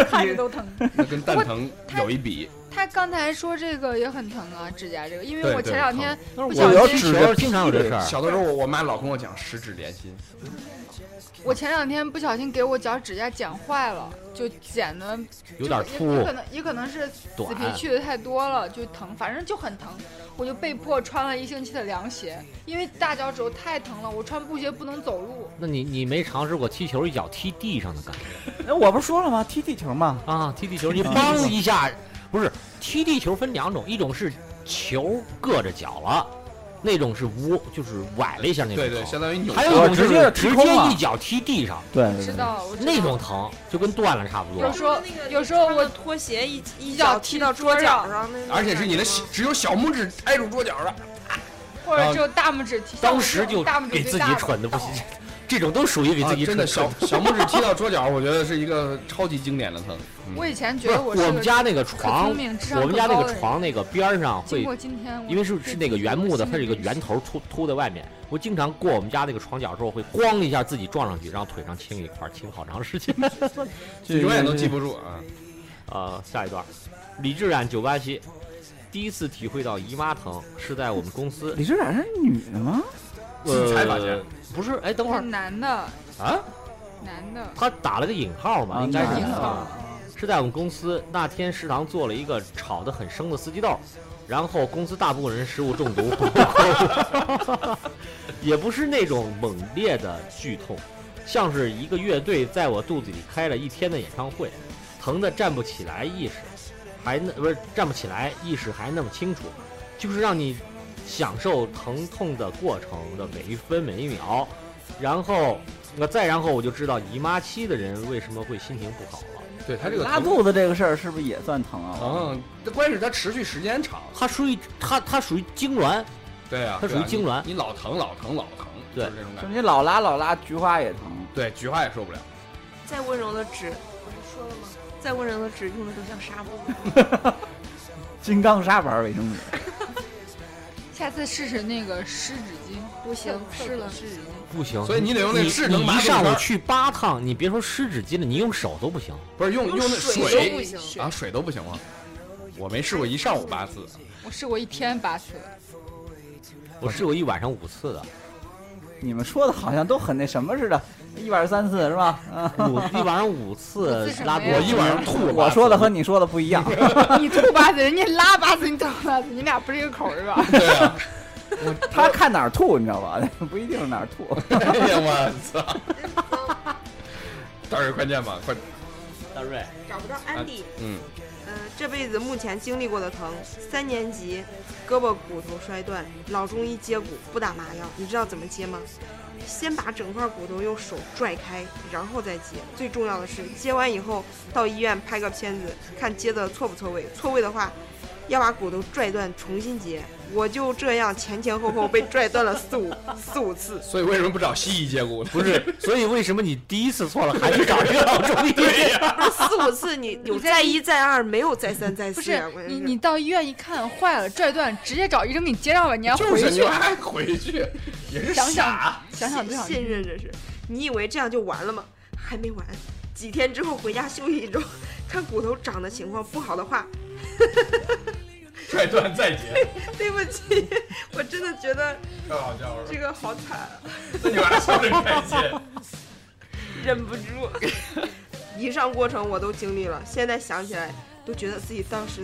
Speaker 3: 看着都疼。
Speaker 1: 那跟蛋疼有一比，
Speaker 3: 他刚才说这个也很疼啊，指甲这个，因为
Speaker 1: 对
Speaker 3: 我
Speaker 1: 对
Speaker 3: 前两天
Speaker 4: 我
Speaker 3: 不
Speaker 5: 我
Speaker 3: 小
Speaker 5: 要
Speaker 3: 心
Speaker 5: 指
Speaker 4: 小时候经常有这事儿，
Speaker 1: 小的时候我我妈老跟我讲十指连心，
Speaker 3: 我前两天不小心给我脚指甲剪坏了，就剪的
Speaker 4: 有点
Speaker 3: 也也
Speaker 4: 秃
Speaker 3: 可能也可能是
Speaker 4: 短
Speaker 3: 死皮去的太多了，就疼，反正就很疼。我就被迫穿了一星期的凉鞋，因为大脚趾头太疼了，我穿布鞋不能走路。
Speaker 4: 那你你没尝试过踢球一脚踢地上的感觉
Speaker 5: 那我不是说了吗？踢地球嘛，
Speaker 4: 啊？踢地球你梆一下，不是踢地球分两种，一种是球硌着脚了，那种是窝就是崴了一下那种
Speaker 1: 对对，
Speaker 4: 疼
Speaker 1: 相当于扭。
Speaker 4: 还有一种就
Speaker 5: 直接
Speaker 4: 是
Speaker 5: 就
Speaker 4: 直
Speaker 5: 踢空
Speaker 4: 接
Speaker 5: 了
Speaker 4: 一脚踢地上，
Speaker 5: 对
Speaker 3: 知道，我知道
Speaker 4: 那种疼就跟断了差不
Speaker 3: 有
Speaker 4: 多。
Speaker 3: 时候
Speaker 2: 那个
Speaker 3: 有时候
Speaker 2: 穿
Speaker 3: 我
Speaker 2: 着拖鞋一一
Speaker 3: 脚
Speaker 2: 脚
Speaker 3: 踢
Speaker 2: 踢到
Speaker 3: 桌
Speaker 2: 桌
Speaker 3: 角
Speaker 2: 角上，那
Speaker 1: 而且是你的小
Speaker 2: 小，
Speaker 1: 只有小拇指挨住桌角了，
Speaker 3: 或者只有大拇指踢，像我
Speaker 4: 当时
Speaker 3: 这
Speaker 4: 就
Speaker 3: 种大拇指
Speaker 4: 给
Speaker 3: 最
Speaker 4: 自己
Speaker 3: 大
Speaker 4: 蠢的不行， 这种都属于给
Speaker 1: 啊
Speaker 4: 自己
Speaker 1: 真
Speaker 4: 蠢
Speaker 1: 的小小拇指踢到桌角，我觉得是一个超级经典的疼。嗯
Speaker 3: 我以前觉
Speaker 4: 不是
Speaker 3: 得是
Speaker 4: 我们家那个床，
Speaker 3: 聪明智商
Speaker 4: 我们家那
Speaker 3: 更高
Speaker 4: 个
Speaker 3: 的人
Speaker 4: 床那个边儿上
Speaker 3: 经
Speaker 4: 会
Speaker 3: 过今天我，
Speaker 4: 因为是是那个原木的，它是一个圆头凸凸在外面。我经常过我们家那个床角的时候，会咣一下自己撞上去，然后腿上青一块儿，青好长时间。
Speaker 5: 这
Speaker 1: 永远都记不住啊！
Speaker 4: 呃，下一段，李志冉九八七，第一次体会到姨妈疼是在我们公司
Speaker 5: 李志远是女的吗？
Speaker 1: 自
Speaker 4: 呃
Speaker 1: 裁发现
Speaker 4: 不是，哎，等会
Speaker 3: 是
Speaker 4: 儿
Speaker 3: 男的
Speaker 4: 啊，
Speaker 3: 男的，
Speaker 4: 他打了个引号嘛，
Speaker 5: 啊
Speaker 4: 应该
Speaker 5: 那
Speaker 4: 是
Speaker 5: 引
Speaker 3: 号
Speaker 4: 啊是在我们公司那天食堂做了一个炒得很生的四季豆，然后公司大部分人食物中毒， 也不是那种猛烈的剧痛，像是一个乐队在我肚子里开了一天的演唱会，疼得站不起来，意识还那不是站不起来，意识还那么清楚，就是让你享受疼痛的过程的每一分每一秒，然后那再然后我就知道姨妈期的人为什么会心情不好了。
Speaker 1: 对他这个
Speaker 5: 拉
Speaker 1: 疼，
Speaker 5: 肚子这个事儿是不是也算疼啊？
Speaker 1: 疼，这关键是它持续时间长。
Speaker 4: 它属于它它属于痉挛，
Speaker 1: 对啊，
Speaker 4: 它属于
Speaker 1: 对啊
Speaker 4: 痉挛
Speaker 1: 你你老疼老疼老疼，
Speaker 4: 对
Speaker 1: 就是这种
Speaker 5: 就
Speaker 1: 感觉。
Speaker 5: 你老拉老拉，菊花也疼。
Speaker 1: 对，菊花也受不了。
Speaker 2: 再温柔的纸，我不是说了吗？再温柔的纸用的都像纱布。
Speaker 5: 金刚砂牌卫生纸，
Speaker 3: 下次试试那个湿纸巾，
Speaker 2: 不行
Speaker 3: 试了
Speaker 2: 湿纸巾。
Speaker 4: 不行。
Speaker 1: 所以你得用那个智能
Speaker 4: 你
Speaker 1: 麻
Speaker 4: 一
Speaker 1: 布
Speaker 4: 上
Speaker 1: 圈
Speaker 4: 午
Speaker 1: 儿
Speaker 4: 去八趟，你别说湿纸巾了，你用手都不行。
Speaker 1: 不是用
Speaker 2: 用
Speaker 1: 那
Speaker 2: 水
Speaker 1: 水
Speaker 2: 都不行
Speaker 1: 啊，水都不行吗？我没试过一上午八次，啊
Speaker 3: 我试过一天八次，
Speaker 4: 我试过一晚上五次 的，
Speaker 5: 你们说的好像都很那什么似的，一晚上三次是吧？嗯，
Speaker 4: 五一晚上五次
Speaker 3: 五次什么
Speaker 4: 拉
Speaker 3: 呀
Speaker 1: 我
Speaker 4: 肚
Speaker 1: 哦
Speaker 4: 子。
Speaker 1: 一晚上吐了八次。
Speaker 5: 我说的和你说的不一样。
Speaker 3: 你吐八次，人家拉八次，你吐八次，你俩不是一个口儿是吧？
Speaker 1: 对啊，
Speaker 5: 他看哪儿吐，你知道吧？ 不一定是哪儿吐。
Speaker 1: 哎呀我操！到时候关键吧，快
Speaker 4: 大瑞，
Speaker 2: 找不到安迪。
Speaker 1: 嗯，
Speaker 2: 嗯，这辈子目前经历过的疼，三年级胳膊骨头摔断，老中医接骨不打麻药，你知道怎么接吗？先把整块骨头用手拽开，然后再接。最重要的是，接完以后到医院拍个片子，看接的错不错位。错位的话，要把骨头拽断重新接。我就这样前前后后被拽断了四五四五次。
Speaker 1: 所以为什么不找西医接骨呢？
Speaker 4: 不是，所以为什么你第一次错了还去找一个老中医？
Speaker 1: 哎
Speaker 2: 不是四五次，你有
Speaker 3: 你在
Speaker 2: 再一再二，没有再三再四。
Speaker 3: 不是
Speaker 2: 我跟
Speaker 3: 你，
Speaker 2: 说
Speaker 3: 你到医院一看坏了，拽断，直接找医生给你接上吧，你还
Speaker 1: 就
Speaker 3: 回
Speaker 1: 是
Speaker 3: 去
Speaker 1: 你还回去，也是
Speaker 3: 想
Speaker 1: 傻
Speaker 3: 想。想想多少
Speaker 2: 信任这是？你以为这样就完了吗？还没完，几天之后回家休息一周，看骨头长的情况不好的话，
Speaker 1: 拽断再接，
Speaker 2: 对不起， 我真的觉得
Speaker 1: 太好笑了。
Speaker 2: 这个好惨，啊
Speaker 1: 那你还笑着开心？
Speaker 2: 忍不住。 以上过程我都经历了，现在想起来都觉得自己当时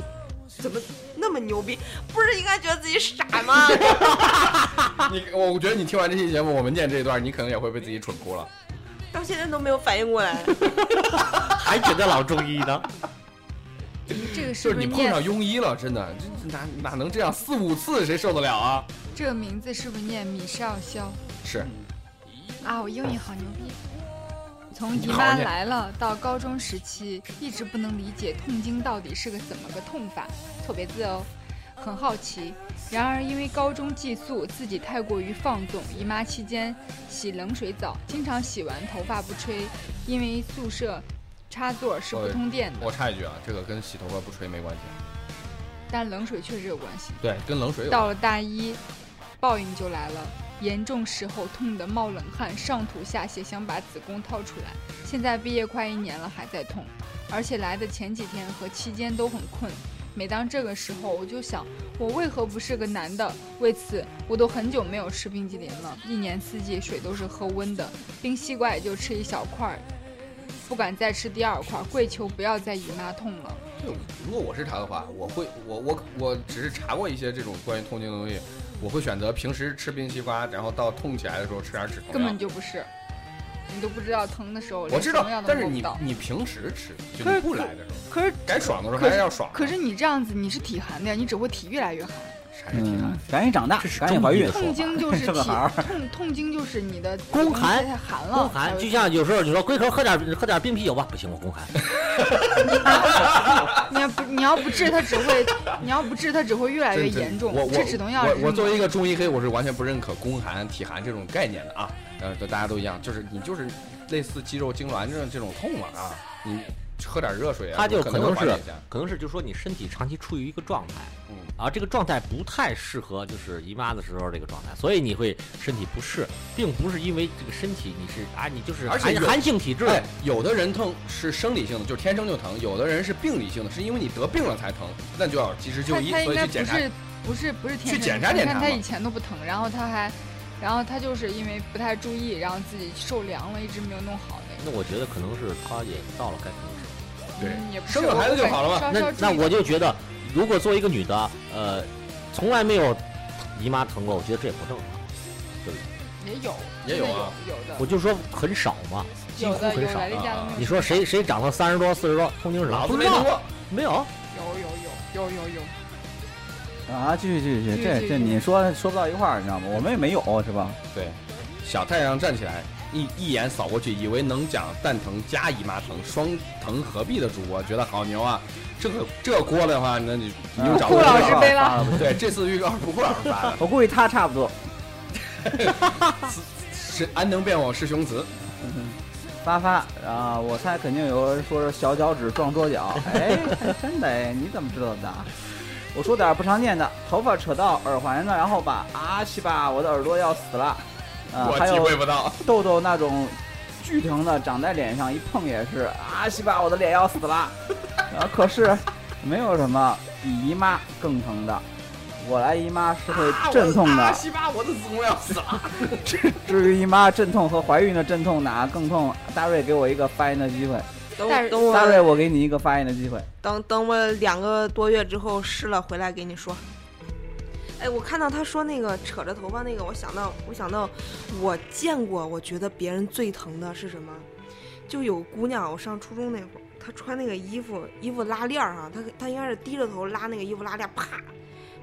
Speaker 2: 怎么那么牛逼？不是应该觉得自己傻吗？
Speaker 1: 你我觉得你听完这期节目，我们念这一段，你可能也会被自己蠢哭了。
Speaker 2: 到现在都没有反应过来。
Speaker 4: 还觉得老中医呢？
Speaker 3: 这个是
Speaker 1: 就是
Speaker 3: 不
Speaker 1: 你
Speaker 3: 是
Speaker 1: 碰
Speaker 3: 念
Speaker 1: 上庸医了，真的，这这哪哪能这样？四五次谁受得了啊？
Speaker 3: 这个名字是不是念米绍肖
Speaker 1: 是
Speaker 3: 啊？我英语好牛逼。从姨
Speaker 1: 好
Speaker 3: 妈
Speaker 1: 念
Speaker 3: 来了到高中时期，一直不能理解痛经到底是个怎么个痛法，错别字哦，很好奇。然而因为高中寄宿，自己太过于放纵，姨妈期间洗冷水澡，经常洗完头发不吹，因为宿舍插座是不
Speaker 1: 呃
Speaker 3: 通电的，
Speaker 1: 我插一句啊，这个跟洗头发不吹没关系，
Speaker 3: 但冷水确实有关系。
Speaker 1: 对，跟冷水有关。
Speaker 3: 到了大一，报应就来了。严重时候痛得冒冷汗，上吐下泻，想把子宫掏出来。现在毕业快一年了，还在痛，而且来的前几天和期间都很困。每当这个时候，我就想，我为何不是个男的？为此，我都很久没有吃冰激凌了，一年四季水都是喝温的，冰西瓜也就吃一小块儿，不敢再吃第二块儿，跪求不要再姨妈痛了。
Speaker 1: 如果我是他的话，我会我我我只是查过一些这种关于痛经的东西，我会选择平时吃冰西瓜，然后到痛起来的时候吃点止痛
Speaker 3: 根本
Speaker 1: 药。
Speaker 3: 就不是，你都不知道疼的时候，
Speaker 1: 我知道
Speaker 3: 连什么药，都
Speaker 1: 但是
Speaker 3: 摸不
Speaker 1: 你
Speaker 3: 到
Speaker 1: 你平时吃，就
Speaker 3: 可
Speaker 1: 你
Speaker 3: 是
Speaker 1: 不来的时候，
Speaker 3: 可是
Speaker 1: 该爽的时候
Speaker 3: 可
Speaker 1: 还
Speaker 3: 是
Speaker 1: 要爽啊。
Speaker 3: 可是你这样子，你是体寒的呀，你只会体越来越寒。
Speaker 1: 啥也挺
Speaker 5: 嗯
Speaker 1: 难。，
Speaker 5: 赶紧长大
Speaker 4: 这是，
Speaker 5: 赶紧怀孕
Speaker 4: 中医。
Speaker 3: 痛经就是
Speaker 5: 这
Speaker 3: 体
Speaker 5: 个孩儿
Speaker 3: 痛痛经就是你的子
Speaker 4: 宫寒
Speaker 3: 太寒了，
Speaker 4: 宫寒，就像有时候你说龟壳喝点喝点冰啤酒吧，不行，我宫寒。
Speaker 3: 你要不你要不治它只会，你要不治它只会越来越
Speaker 1: 真
Speaker 3: 严重
Speaker 1: 我。我
Speaker 3: 吃止痛药
Speaker 1: 我
Speaker 3: 只是
Speaker 1: 我作为一个中医黑，我是完全不认可宫寒、体寒这种概念的啊。呃，大家都一样，就是你就是类似肌肉痉挛这种这种痛嘛啊，你喝点热水啊，
Speaker 4: 它就
Speaker 1: 可
Speaker 4: 可能
Speaker 1: 会缓
Speaker 4: 是
Speaker 1: 解一下。
Speaker 4: 可能是就是说你身体长期处于一个状态，
Speaker 1: 嗯，
Speaker 4: 而这个状态不太适合就是姨妈的时候这个状态，所以你会身体不适，并不是因为这个身体你是啊你就是
Speaker 1: 而且
Speaker 4: 寒
Speaker 1: 有
Speaker 4: 寒性体质，
Speaker 1: 哎，有的人疼是生理性的，就是天生就疼；有的人是病理性的，是因为你得病了才疼，那就要及时就
Speaker 3: 它
Speaker 1: 医，
Speaker 3: 它
Speaker 1: 所
Speaker 3: 应
Speaker 1: 以
Speaker 3: 该
Speaker 1: 去
Speaker 3: 不
Speaker 1: 检查。
Speaker 3: 是不是不是天
Speaker 1: 去
Speaker 3: 生
Speaker 1: 检
Speaker 3: 的
Speaker 1: 查检
Speaker 3: 你看
Speaker 1: 查
Speaker 3: 它
Speaker 1: 嘛
Speaker 3: 以前都不疼，然后它还，然后它就是因为不太注意，然后自己受凉了，一直没有弄好那个。
Speaker 4: 那我觉得可能是他也到了该疼的时
Speaker 1: 对
Speaker 3: 嗯，也不是
Speaker 1: 生个孩子就好了嘛
Speaker 3: 稍
Speaker 4: 候。
Speaker 3: 稍注意
Speaker 4: 那那我就觉得，如果作为一个女的，呃，从来没有姨妈疼过，我觉得这也不正常。
Speaker 3: 也有，
Speaker 1: 也
Speaker 3: 真
Speaker 1: 有
Speaker 3: 的有
Speaker 1: 啊
Speaker 3: 有的
Speaker 4: 我就说很少嘛，几
Speaker 3: 有
Speaker 4: 乎
Speaker 3: 的
Speaker 4: 很
Speaker 3: 有
Speaker 4: 少
Speaker 3: 来。例假都
Speaker 1: 啊
Speaker 3: 没有。
Speaker 4: 你说谁？谁长到三十多、四十多，痛经是什么？
Speaker 1: 老子
Speaker 4: 不
Speaker 1: 没
Speaker 4: 知
Speaker 1: 听
Speaker 4: 道，
Speaker 1: 过，
Speaker 4: 没有。
Speaker 3: 有有有有有有。
Speaker 5: 啊，继续继续继续，
Speaker 3: 继续
Speaker 5: 这这
Speaker 3: 继续
Speaker 5: 你说说不到一块儿，你知道吗？我们也没有，是吧？
Speaker 1: 对，小太阳站起来，一一眼扫过去，以为能讲蛋疼加姨妈疼双疼合璧的主播，觉得好牛啊！这个这锅的话，那你你就
Speaker 5: 啊
Speaker 1: 掌
Speaker 3: 顾
Speaker 1: 握不
Speaker 3: 不顾老
Speaker 1: 了
Speaker 3: 师
Speaker 1: 了。
Speaker 3: 背了
Speaker 5: 发不起
Speaker 1: 对，这次预告是不顾老师发的，
Speaker 5: 我估计他差不多，
Speaker 1: 是安能辨我是雄雌。
Speaker 5: 发发啊！我猜肯定有人说是小脚趾撞桌角，哎，还真的哎，你怎么知道的？我说点儿不常见的，头发扯到耳环上，然后把啊去吧，我的耳朵要死了。呃，
Speaker 1: 我
Speaker 5: 还
Speaker 1: 体
Speaker 5: 有
Speaker 1: 会不到，
Speaker 5: 痘痘那种巨疼的，长在脸上一碰也是啊，西吧，我的脸要死了。 然后可是没有什么比姨妈更疼的，我来姨妈是会阵痛的。
Speaker 1: 啊西巴，我的子宫要死了。
Speaker 5: 至于姨妈阵痛和怀孕的阵痛哪更痛？大瑞给我一个发言的机会，
Speaker 2: 等
Speaker 3: 但是
Speaker 2: 我等
Speaker 5: 大瑞，
Speaker 2: 我
Speaker 5: 我给你一个发言的机会。
Speaker 2: 等等我两个多月之后试了回来给你说。哎，我看到他说那个扯着头发那个，我想到我想到我见过，我觉得别人最疼的是什么？就有姑娘，我上初中那会儿，她穿那个衣服，衣服拉链儿、哈，她她应该是低着头拉那个衣服拉链，啪，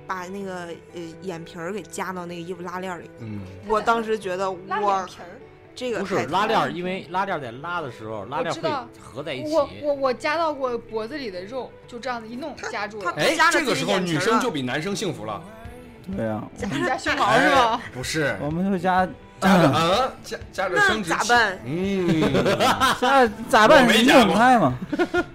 Speaker 2: 把那个呃眼皮儿给夹到那个衣服拉链儿里。
Speaker 1: 嗯，
Speaker 2: 我当时觉得
Speaker 3: 拉脸
Speaker 2: 我
Speaker 3: 皮儿。
Speaker 2: 这个
Speaker 4: 不
Speaker 2: 太
Speaker 4: 是
Speaker 2: 疼
Speaker 4: 拉链
Speaker 2: 了
Speaker 4: 儿，因为拉链儿在拉的时候，拉链儿
Speaker 3: 知道
Speaker 4: 会合在一起。
Speaker 3: 我我我夹到过脖子里的肉，就这样子一弄夹住
Speaker 2: 他
Speaker 3: 了，
Speaker 1: 哎
Speaker 2: 夹，着
Speaker 1: 这个
Speaker 2: 自己
Speaker 1: 时候
Speaker 2: 眼皮
Speaker 1: 女
Speaker 2: 儿
Speaker 1: 生
Speaker 2: 了
Speaker 1: 就比男生幸福了，哎
Speaker 5: 对呀、啊，
Speaker 3: 夹 胸毛是吧？
Speaker 1: 不是，
Speaker 5: 我们就哦 加
Speaker 1: 夹着啊，夹夹着生
Speaker 2: 那
Speaker 1: 殖
Speaker 2: 咋
Speaker 1: 器？
Speaker 2: 办？
Speaker 1: 嗯，
Speaker 5: 加咋办？
Speaker 1: 我没
Speaker 5: 你
Speaker 1: 加过
Speaker 5: 拧开 嘛。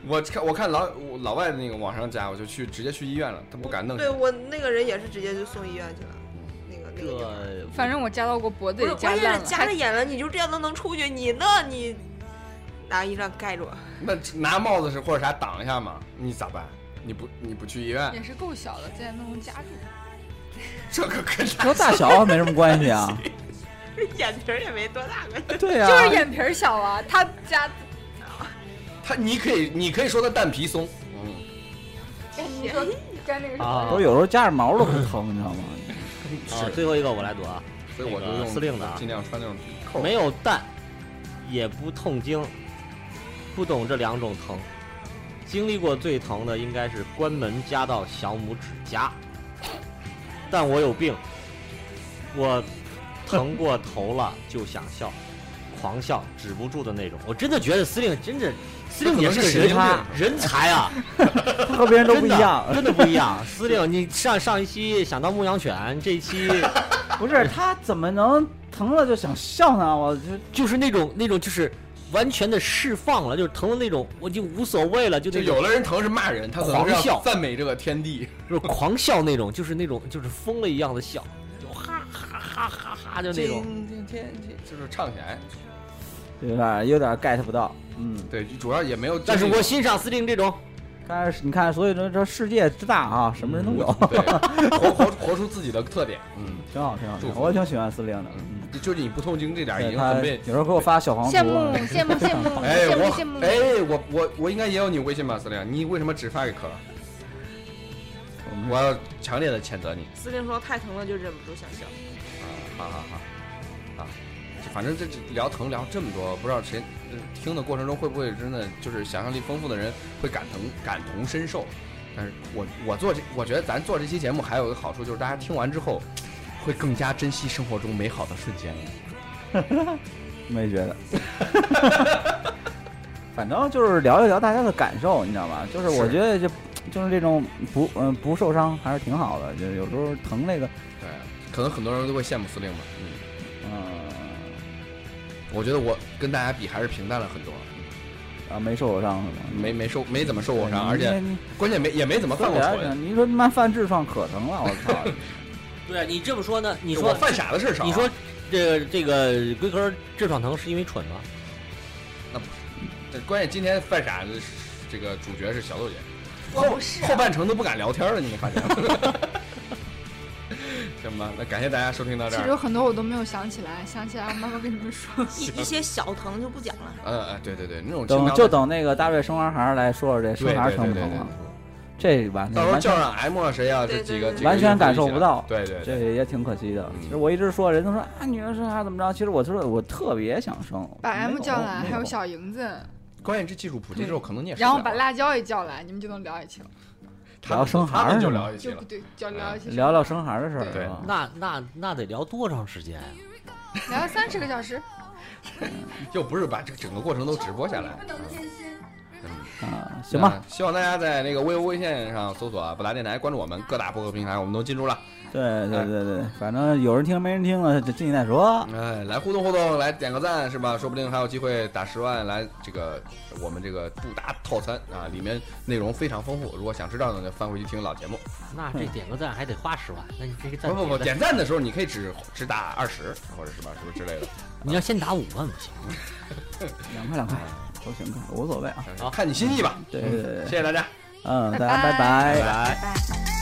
Speaker 1: 我看我看老我老外那个网上夹，我就去直接去医院了，他不敢弄。
Speaker 2: 对我那个人也是直接就送医院去了，那个那
Speaker 4: 这
Speaker 2: 个地方。
Speaker 3: 反正我夹到过脖子
Speaker 2: 不是
Speaker 3: 里，夹
Speaker 2: 关键
Speaker 3: 烂
Speaker 2: 是
Speaker 3: 了，
Speaker 2: 夹
Speaker 3: 还
Speaker 2: 着眼了，你就这样都能出去？你那你拿一张盖住，
Speaker 1: 那拿帽子是或者啥挡一下嘛？你咋办？你不你不去医院，
Speaker 3: 也是够小的，竟然都能夹住。
Speaker 1: 这个跟啥？
Speaker 5: 和大小没什么关系 啊。
Speaker 2: 眼皮儿也没多大个。
Speaker 5: 对呀、
Speaker 3: 就是眼皮儿小啊，他夹
Speaker 1: 他你可以你可以说他蛋皮松，嗯，
Speaker 3: 你说粘那个什
Speaker 4: 啊
Speaker 5: 不
Speaker 3: 么
Speaker 5: 是有时候夹着毛都会疼，你知道吗？
Speaker 4: 啊，最后一个我来读啊，
Speaker 1: 所以我就
Speaker 4: 那个
Speaker 1: 用
Speaker 4: 司令的啊
Speaker 1: 尽量穿那种扣。
Speaker 4: 没有蛋，也不痛经，不懂这两种疼。经历过最疼的应该是关门夹到小拇指甲，但我有病，我疼过头了就想笑，狂笑止不住的那种。我真的觉得司令真的，司令也是个
Speaker 1: 神经
Speaker 4: 人
Speaker 1: 病。
Speaker 4: 人才啊！
Speaker 5: 他和别人都不一样。
Speaker 4: 真的不一样。司令，你上上一期想当牧羊犬，这一期
Speaker 5: 不是他怎么能疼了就想笑呢？我就
Speaker 4: 就是那种那种就是完全的释放了，就是疼的那种，我就无所谓了，就
Speaker 1: 就
Speaker 4: 那种
Speaker 1: 有的人疼是骂人，他可能是
Speaker 4: 狂
Speaker 1: 要
Speaker 4: 笑
Speaker 1: 赞美这个天地。
Speaker 4: 就是狂笑那种，就是那种就是疯了一样的笑，就哈哈哈哈哈哈
Speaker 1: 啪就那种，就是唱起来。
Speaker 5: 有点有点 get 不到，嗯，
Speaker 1: 对，主要也没有。
Speaker 4: 但是
Speaker 1: 就
Speaker 4: 我
Speaker 1: 那
Speaker 4: 欣赏司令这种，
Speaker 5: 但是你看，所以说这世界之大啊，什么人都有，
Speaker 1: 种对，活活活出自己的特点，嗯，
Speaker 5: 挺好挺好，挺
Speaker 1: 祝
Speaker 5: 好
Speaker 1: 福
Speaker 5: 我挺喜欢司令的，嗯
Speaker 1: 嗯，就是你不痛经这点儿已
Speaker 5: 对
Speaker 1: 经
Speaker 5: 他
Speaker 1: 很被
Speaker 5: 有时候给我发小黄图
Speaker 3: 羡
Speaker 5: 啊，
Speaker 3: 慕羡慕羡慕
Speaker 1: 哎，
Speaker 3: 羡慕
Speaker 1: 我
Speaker 3: 羡慕，
Speaker 1: 哎，我我我应该也有你微信吧，司令？你为什么只发给壳儿？
Speaker 5: 我们
Speaker 1: 我要强烈的谴责你。
Speaker 2: 司令说太疼了，就忍不住想笑。
Speaker 1: 啊，好好好，啊，这反正这这聊疼聊这么多，不知道谁呃听的过程中会不会真的就是想象力丰富的人会感同感同身受。但是我我做这，我觉得咱做这期节目还有一个好处就是大家听完之后，会更加珍惜生活中美好的瞬间。
Speaker 5: 没觉得。 反正就是聊一聊大家的感受，你知道吧？就是我
Speaker 1: 是
Speaker 5: 觉得就就是这种不嗯、不受伤还是挺好的，就是有时候疼那个
Speaker 1: 对，可能很多人都会羡慕司令吧。嗯，
Speaker 5: 嗯
Speaker 1: 我觉得我跟大家比还是平淡了很多，
Speaker 5: 啊没受过伤是吧？
Speaker 1: 没没受没怎么受过伤，
Speaker 5: 你
Speaker 1: 而且
Speaker 5: 你
Speaker 1: 关键没也没怎么
Speaker 5: 说
Speaker 1: 犯过
Speaker 5: 起来
Speaker 1: 蠢。
Speaker 5: 你说他妈犯痔疮可疼了，我 操！
Speaker 4: 对啊你这么说呢？你
Speaker 1: 我犯傻的事儿少啊。
Speaker 4: 你说这个这个龟壳痔疮疼是因为蠢吗？
Speaker 1: 这关键今天犯傻的是这个主角是小豆姐，
Speaker 3: 我
Speaker 1: 后
Speaker 3: 不是啊
Speaker 1: 后半程都不敢聊天了，你没发现吗？ 行吧，那感谢大家收听到这
Speaker 3: 其实
Speaker 1: 儿。
Speaker 3: 很多我都没有想起来，想起来我慢慢跟你们说。
Speaker 2: 一一些小疼就不讲了。
Speaker 1: 呃，呃对对对，那种轻
Speaker 5: 等
Speaker 1: 描
Speaker 5: 就等那个大瑞生完孩儿来说说这
Speaker 1: 对
Speaker 5: 生
Speaker 1: 对
Speaker 5: 孩儿
Speaker 1: 对
Speaker 5: 疼
Speaker 1: 对
Speaker 5: 不疼
Speaker 1: 对
Speaker 5: 啊？这完
Speaker 1: 到时候
Speaker 5: 完全
Speaker 1: 叫上 M 啊谁啊，
Speaker 2: 对
Speaker 1: 这
Speaker 2: 对
Speaker 1: 几个
Speaker 2: 对
Speaker 1: 几个
Speaker 5: 完全感受
Speaker 1: 孕妇一起
Speaker 5: 不到
Speaker 1: 来对对
Speaker 5: 这
Speaker 1: 对，
Speaker 5: 也挺可惜的。
Speaker 1: 嗯
Speaker 5: 其实我一直说，人都说啊，女儿生孩子怎么着？其实我说我特别想生，
Speaker 3: 把 M
Speaker 5: 没有
Speaker 3: 叫来，
Speaker 5: 没
Speaker 3: 还有小莹子，
Speaker 1: 关键这技术普及之后可能你也
Speaker 3: 然后把辣椒也叫来，你们就能聊一起了，
Speaker 1: 他
Speaker 5: 聊生孩儿
Speaker 1: 他们就是
Speaker 5: 吗
Speaker 1: 聊一起
Speaker 3: 就
Speaker 1: 了
Speaker 3: 不。对，就聊一起
Speaker 5: 聊聊生孩儿的事儿，啊
Speaker 1: 对
Speaker 5: 是吧
Speaker 4: 那那那得聊多长时间啊呀？
Speaker 3: 聊三十个小时，
Speaker 1: 又不是把这整个过程都直播下来。
Speaker 5: 啊，行吧，
Speaker 1: 那希望大家在那个微博、微信上搜索啊“不达电台”，关注我们各大播客平台，我们都进驻了。
Speaker 5: 对对对对，反正有人听没人听了，就进去再说。
Speaker 1: 哎，来互动互动，来点个赞是吧？说不定还有机会打十万来这个我们这个不达套餐啊，里面内容非常丰富。如果想知道呢，就翻回去听老节目。
Speaker 4: 那 这点个赞还得花十万，那你这个赞
Speaker 1: 不不不，
Speaker 4: 点
Speaker 1: 点赞的时候你可以只只打二十或者是吧什么之类的，
Speaker 4: 你要先打五万不行吗？
Speaker 5: 两块两块都行，无所谓啊。
Speaker 4: 好
Speaker 1: 看你心意吧。
Speaker 5: 对对对
Speaker 1: 谢
Speaker 5: 对，
Speaker 1: 谢大家。
Speaker 5: 嗯，大家拜
Speaker 3: 拜
Speaker 5: 嗯拜。
Speaker 3: 拜拜。